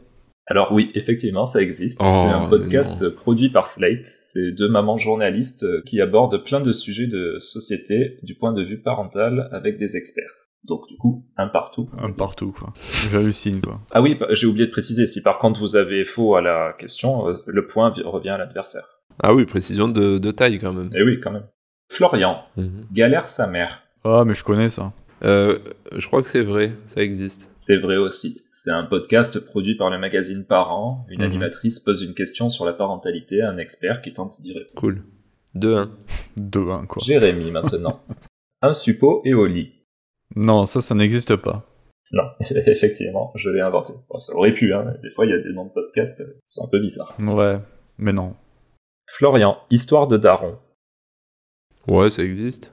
Speaker 3: Alors oui, effectivement, ça existe.
Speaker 4: Oh,
Speaker 3: c'est un
Speaker 4: mais
Speaker 3: podcast produit par Slate. C'est deux mamans journalistes euh, qui abordent plein de sujets de société du point de vue parental avec des experts. Donc du coup, un partout.
Speaker 2: Un hein, partout, quoi. J'hallucine, quoi.
Speaker 3: Ah oui, bah, j'ai oublié de préciser, si par contre vous avez faux à la question, euh, le point vi- revient à l'adversaire.
Speaker 4: Ah oui, précision de, de taille quand même.
Speaker 3: Eh oui, quand même. Florian,
Speaker 4: Mhm.
Speaker 3: galère sa mère.
Speaker 2: Ah, mais je connais ça.
Speaker 4: Euh, je crois que c'est vrai. Ça existe.
Speaker 3: C'est vrai aussi. C'est un podcast produit par le magazine Parents. Une
Speaker 2: Mhm.
Speaker 3: animatrice pose une question sur la parentalité à un expert qui tente d'y répondre.
Speaker 4: Cool. 2-1.
Speaker 2: Deux, un, quoi.
Speaker 3: Jérémy maintenant. un suppôt et au lit.
Speaker 2: Non, ça, ça n'existe pas.
Speaker 3: Non, effectivement, je l'ai inventé. Bon, ça aurait pu, hein. mais Des fois, il y a des noms de podcasts euh, qui sont un peu bizarres.
Speaker 2: Ouais, mais non.
Speaker 3: Florian, histoire de Daron.
Speaker 4: Ouais, ça existe.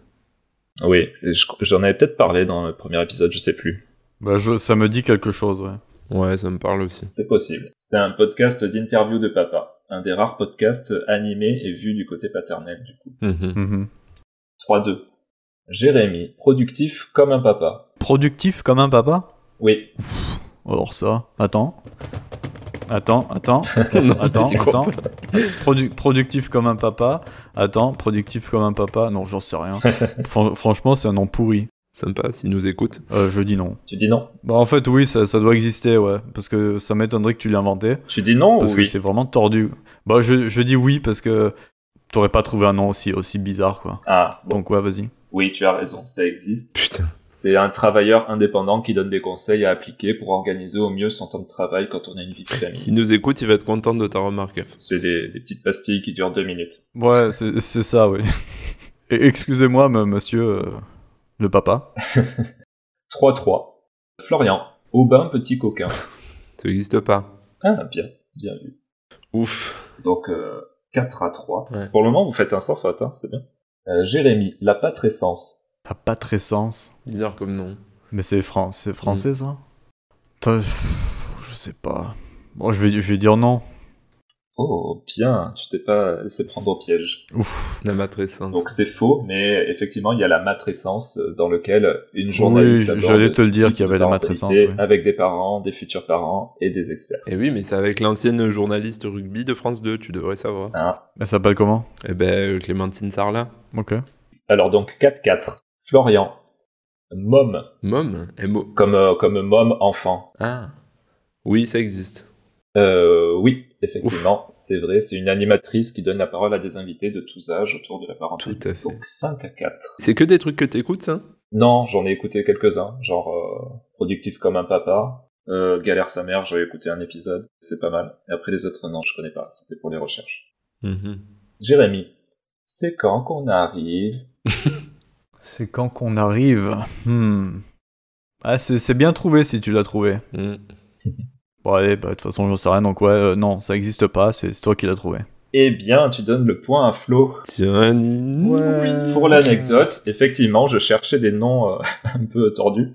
Speaker 3: Oui, et je- j'en avais peut-être parlé dans le premier épisode, je sais plus.
Speaker 2: Bah, je, ça me dit quelque chose, ouais.
Speaker 4: Ouais, ça me parle aussi.
Speaker 3: C'est possible. C'est un podcast d'interview de papa. Un des rares podcasts animés et vus du côté paternel, du coup.
Speaker 4: Mhm.
Speaker 2: Mhm.
Speaker 3: 3-2. Jérémy, productif comme un papa.
Speaker 2: Productif comme un papa
Speaker 3: Oui,
Speaker 2: Alors ça, attends. Attends, attends,
Speaker 4: Non,
Speaker 2: attends,
Speaker 4: j'y crois
Speaker 2: attends. Produ- productif comme un papa. Attends, productif comme un papa. Non, j'en sais rien. Fran- franchement, c'est un nom pourri.
Speaker 4: Sympa s'il nous écoute.
Speaker 2: Euh, je dis non.
Speaker 3: tu dis non.
Speaker 2: Bah, en fait, oui, ça, ça doit exister, ouais. Parce que ça m'étonnerait que tu l'aies inventé.
Speaker 3: Tu dis non
Speaker 2: Parce
Speaker 3: ou
Speaker 2: que
Speaker 3: Oh, oui
Speaker 2: c'est vraiment tordu. Bah, je, je dis oui parce que t'aurais pas trouvé un nom aussi, aussi bizarre, quoi.
Speaker 3: Ah, bon.
Speaker 2: Donc, ouais, vas-y.
Speaker 3: Oui, tu as raison, ça existe.
Speaker 4: Putain.
Speaker 3: C'est un travailleur indépendant qui donne des conseils à appliquer pour organiser au mieux son temps de travail quand on a une vie de famille.
Speaker 4: S'il nous écoute, il va être content de ta remarque.
Speaker 3: C'est des, des petites pastilles qui durent deux minutes.
Speaker 2: Ouais, c'est c'est ça, oui. Et Excusez-moi, m- monsieur euh, le papa.
Speaker 3: 3-3. Florian, Aubin petit coquin.
Speaker 4: Ça existe pas.
Speaker 3: Ah, bien, bien vu.
Speaker 4: Ouf.
Speaker 3: Donc, euh, 4 à 3.
Speaker 4: Ouais.
Speaker 3: Pour le moment, vous faites un sans faute, hein, c'est bien. Euh, Jérémy, la patrescence.
Speaker 2: T'as pas très sens.
Speaker 4: Bizarre comme nom.
Speaker 2: Mais c'est fran- c'est français, ça Putain, pff, Je sais pas. Bon, je vais, je vais dire non.
Speaker 3: Oh, bien, tu t'es pas laissé prendre au piège.
Speaker 2: Ouf.
Speaker 4: La hein, matrescence.
Speaker 3: Donc, c'est faux, mais effectivement, il y a la matrescence euh, dans lequel une journaliste.
Speaker 2: j-
Speaker 3: aborde
Speaker 2: j'allais te le dire
Speaker 3: type
Speaker 2: qu'il y
Speaker 3: de
Speaker 2: avait la
Speaker 3: parentalité
Speaker 2: matrescence, oui.
Speaker 3: Avec des parents, des futurs parents et des experts.
Speaker 4: Et Eh oui, mais c'est avec l'ancienne journaliste rugby de France 2, tu devrais savoir.
Speaker 2: Elle s'appelle comment
Speaker 4: Eh ben, euh, Clémentine Sarlat.
Speaker 2: Ok.
Speaker 3: Alors donc 4-4. Florian, mom,
Speaker 4: Mom M-O.
Speaker 3: comme, euh, comme mom enfant.
Speaker 4: Ah. Oui, ça existe.
Speaker 3: Euh, oui, effectivement, c'est vrai, c'est une animatrice qui donne la parole à des invités de tous âges autour de la parentalité.
Speaker 4: Tout à fait.
Speaker 3: Donc 5 à 4.
Speaker 4: C'est que des trucs que t'écoutes, ça
Speaker 3: Non, j'en ai écouté quelques-uns, genre euh, Productif comme un papa. Euh, Galère sa mère, j'avais écouté un épisode, c'est pas mal. Et après les autres, non, je connais pas, c'était pour les recherches.
Speaker 4: Mhm.
Speaker 3: Jérémy, c'est quand qu'on arrive
Speaker 2: C'est quand qu'on arrive Hmm. Ah, c'est c'est bien trouvé si tu l'as trouvé.
Speaker 4: Mhm.
Speaker 2: Bon, allez, bah, de toute façon, j'en sais rien, donc ouais, euh, non, ça existe pas, c'est c'est toi qui l'as trouvé.
Speaker 3: Eh bien, tu donnes le point à Flo.
Speaker 4: Tiens, ni-
Speaker 3: Pour l'anecdote, effectivement, je cherchais des noms euh, un peu tordus.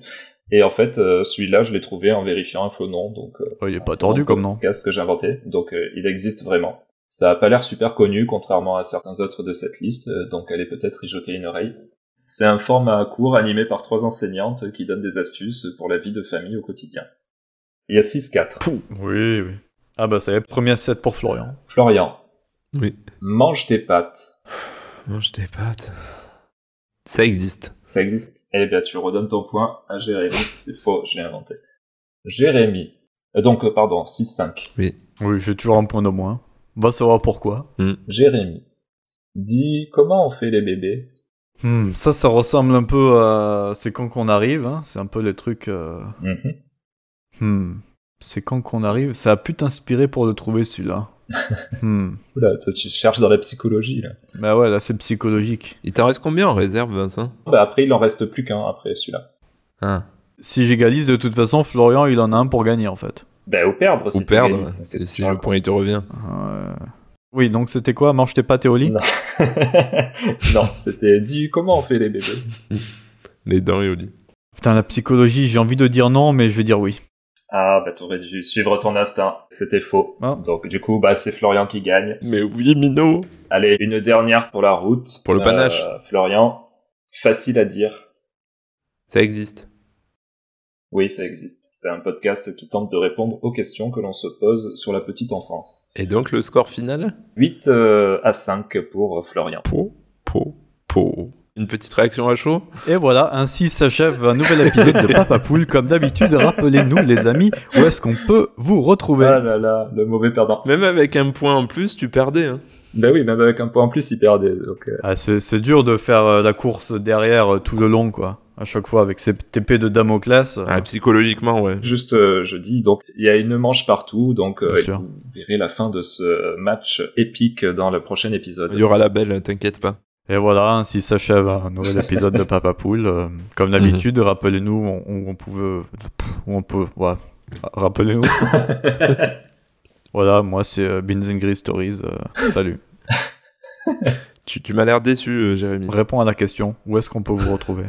Speaker 3: Et en fait, euh, celui-là, je l'ai trouvé en vérifiant un faux nom. Donc, euh,
Speaker 2: Oh, il est pas tordu comme
Speaker 3: un
Speaker 2: nom.
Speaker 3: podcast que j'ai inventé. Donc, euh, il existe vraiment. Ça a pas l'air super connu, contrairement à certains autres de cette liste. euh, donc, allez peut-être y jeter une oreille. C'est un format court animé par trois enseignantes qui donnent des astuces pour la vie de famille au quotidien. Il y a 6-4.
Speaker 2: Oui, oui. Ah bah ça y est, premier set pour Florian.
Speaker 3: Florian.
Speaker 4: Oui.
Speaker 3: Mange tes pâtes.
Speaker 4: Mange tes pâtes. Ça existe.
Speaker 3: Ça existe Eh bien, tu redonnes ton point à Jérémy. C'est faux, j'ai inventé. Jérémy. Euh, Donc, euh, pardon, 6-5.
Speaker 2: Oui, j'ai toujours un point de moins. Va savoir pourquoi.
Speaker 3: Jérémy. Dis, comment on fait les bébés
Speaker 2: Hmm, ça, ça ressemble un peu à... C'est quand qu'on arrive, hein, c'est un peu les trucs... euh,
Speaker 3: Mhm.
Speaker 2: hmm. C'est quand qu'on arrive Ça a pu t'inspirer pour le trouver, celui-là. Hmm.
Speaker 3: Oula, toi, tu cherches dans la psychologie, là.
Speaker 2: Bah ouais, là, c'est psychologique.
Speaker 4: Il t'en reste combien en réserve, Vincent
Speaker 3: Bah, après, il en reste plus qu'un, après celui-là.
Speaker 4: Ah,
Speaker 2: Si j'égalise, de toute façon, Florian, il en a un pour gagner, en fait.
Speaker 3: Bah, ou perdre,
Speaker 4: ou
Speaker 3: si
Speaker 4: perdre,
Speaker 3: t'égalises.
Speaker 4: si
Speaker 3: Qu'est-ce que
Speaker 4: si
Speaker 3: tu
Speaker 4: le
Speaker 3: racontes
Speaker 4: point il te revient.
Speaker 2: Euh, Oui, donc c'était quoi Mange tes pâtes et au lit
Speaker 3: Non. non, c'était dis, comment on fait les bébés
Speaker 4: Les dents et au lit.
Speaker 2: Putain, la psychologie, j'ai envie de dire non, mais je vais dire oui.
Speaker 3: Ah, bah, t'aurais dû suivre ton instinct. C'était faux.
Speaker 2: Hein
Speaker 3: Donc, du coup, bah, c'est Florian qui gagne.
Speaker 4: Mais oui, Mino
Speaker 3: Allez, une dernière pour la route. Euh,
Speaker 4: Pour le panache.
Speaker 3: Florian, facile à dire.
Speaker 4: Ça existe.
Speaker 3: Oui, ça existe. C'est un podcast qui tente de répondre aux questions que l'on se pose sur la petite enfance.
Speaker 4: Et donc le score final
Speaker 3: 8 à 5 pour euh, Florian.
Speaker 4: Po, po, po. Une petite réaction à chaud
Speaker 2: Et voilà, ainsi s'achève un nouvel épisode de Papa Poule. Comme d'habitude, rappelez-nous, les amis, où est-ce qu'on peut vous retrouver
Speaker 3: Ah là là, le mauvais perdant.
Speaker 4: Même avec un point en plus, tu perdais. Hein.
Speaker 3: Ben oui, même avec un point en plus, il perdait. Donc, euh,
Speaker 2: Ah, c'est, c'est dur de faire euh, la course derrière euh, tout le long, quoi. À chaque fois, avec ces TP de Damoclès. euh,
Speaker 4: Ah, psychologiquement, ouais.
Speaker 3: Juste, euh, je dis, donc, il y a une manche partout, donc euh,
Speaker 2: Bien sûr.
Speaker 3: vous verrez la fin de ce match épique dans le prochain épisode.
Speaker 4: Il y aura la belle, t'inquiète pas.
Speaker 2: Et voilà, ainsi s'achève un nouvel épisode de Papa Poule. Euh, comme d'habitude, rappelez-nous où on, où on pouvait... Où on peut... Ouais, rappelez-nous. voilà, moi, c'est euh, Beans and Grey Stories. euh, salut.
Speaker 4: Tu, tu m'as l'air déçu, euh, Jérémy.
Speaker 2: Réponds à la question, où est-ce qu'on peut vous retrouver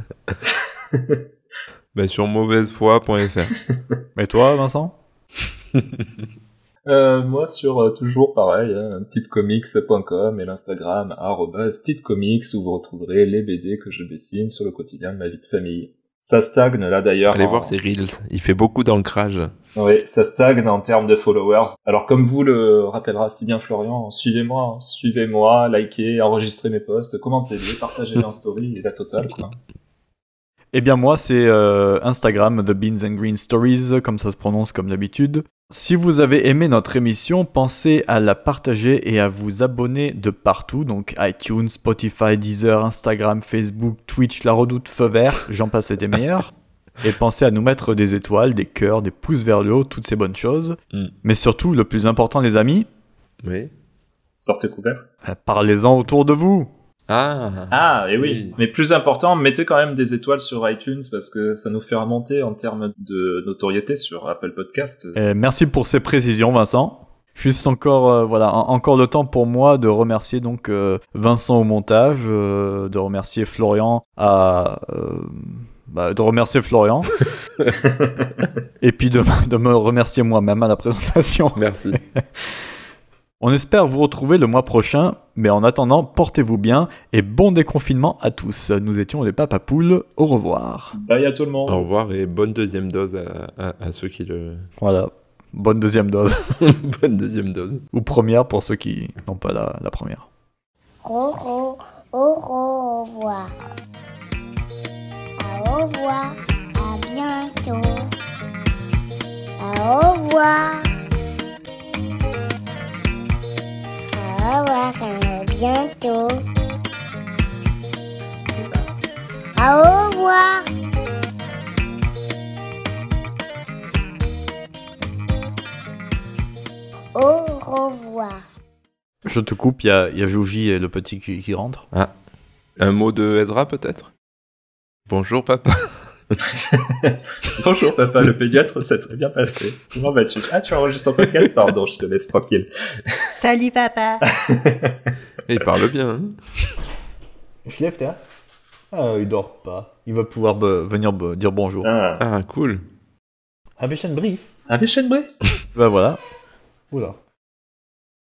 Speaker 4: Bah, sur mauvaisefoie.fr.
Speaker 2: Et toi, Vincent
Speaker 3: Euh, moi, sur euh, toujours pareil, hein, petitecomics.com et l'Instagram, arrobase petitecomics, où vous retrouverez les BD que je dessine sur le quotidien de ma vie de famille. Ça stagne là d'ailleurs.
Speaker 4: Allez
Speaker 3: en-
Speaker 4: voir ses reels. Il fait beaucoup d'ancrage.
Speaker 3: Oui, ça stagne en termes de followers. Alors comme vous le rappellera si bien Florian, suivez-moi, hein, suivez-moi, likez, enregistrez mes posts, commentez-les, partagez-les en story et la totale quoi.
Speaker 2: Eh bien moi c'est euh, Instagram The Beans and Green Stories comme ça se prononce comme d'habitude. Si vous avez aimé notre émission, pensez à la partager et à vous abonner de partout, donc iTunes, Spotify, Deezer, Instagram, Facebook, Twitch, La Redoute, Feu Vert, j'en passe et des meilleurs. Et pensez à nous mettre des étoiles, des cœurs, des pouces vers le haut, toutes ces bonnes choses.
Speaker 4: Mm.
Speaker 2: Mais surtout, le plus important les amis,
Speaker 4: Oui.
Speaker 3: Sortez couvert.
Speaker 2: euh, parlez-en autour de vous.
Speaker 4: Ah.
Speaker 3: Ah et oui.
Speaker 4: Oui.
Speaker 3: mais plus important, mettez quand même des étoiles sur iTunes parce que ça nous fait remonter en termes de notoriété sur Apple Podcast.
Speaker 2: Euh, merci pour ces précisions, Vincent. Juste encore, euh, voilà, en- encore le temps pour moi de remercier donc euh, Vincent au montage, euh, de remercier Florian à, euh, bah, de remercier Florian, et puis de, de me remercier moi-même à la présentation.
Speaker 4: Merci.
Speaker 2: On espère vous retrouver le mois prochain, mais en attendant, portez-vous bien et bon déconfinement à tous. Nous étions les Papapoules. Au revoir.
Speaker 3: Bye à tout le monde.
Speaker 4: Au revoir et bonne deuxième dose à, à- à ceux qui le.
Speaker 2: Voilà. Bonne deuxième dose
Speaker 4: bonne deuxième dose.
Speaker 2: ou première pour ceux qui n'ont pas la- la première.
Speaker 6: Au, au, au, au revoir. À au revoir, à bientôt. À au revoir. À au revoir, à bientôt. À au revoir. au revoir.
Speaker 2: Je te coupe, il y a, il y a Jouji et le petit qui, qui rentre.
Speaker 4: Un mot de Ezra peut-être Bonjour papa.
Speaker 3: Bonjour papa, le pédiatre, ça très bien passé. Comment vas-tu Ah, tu enregistres un podcast Pardon, je te laisse tranquille.
Speaker 7: Salut papa
Speaker 4: Et parle bien. hein.
Speaker 2: Je lève, t'es Ah, il dort pas. Il va pouvoir euh, venir dire bonjour.
Speaker 3: Ah,
Speaker 4: Ah cool.
Speaker 2: Un brief.
Speaker 3: un Vichenbré
Speaker 2: Bah voilà. Oula.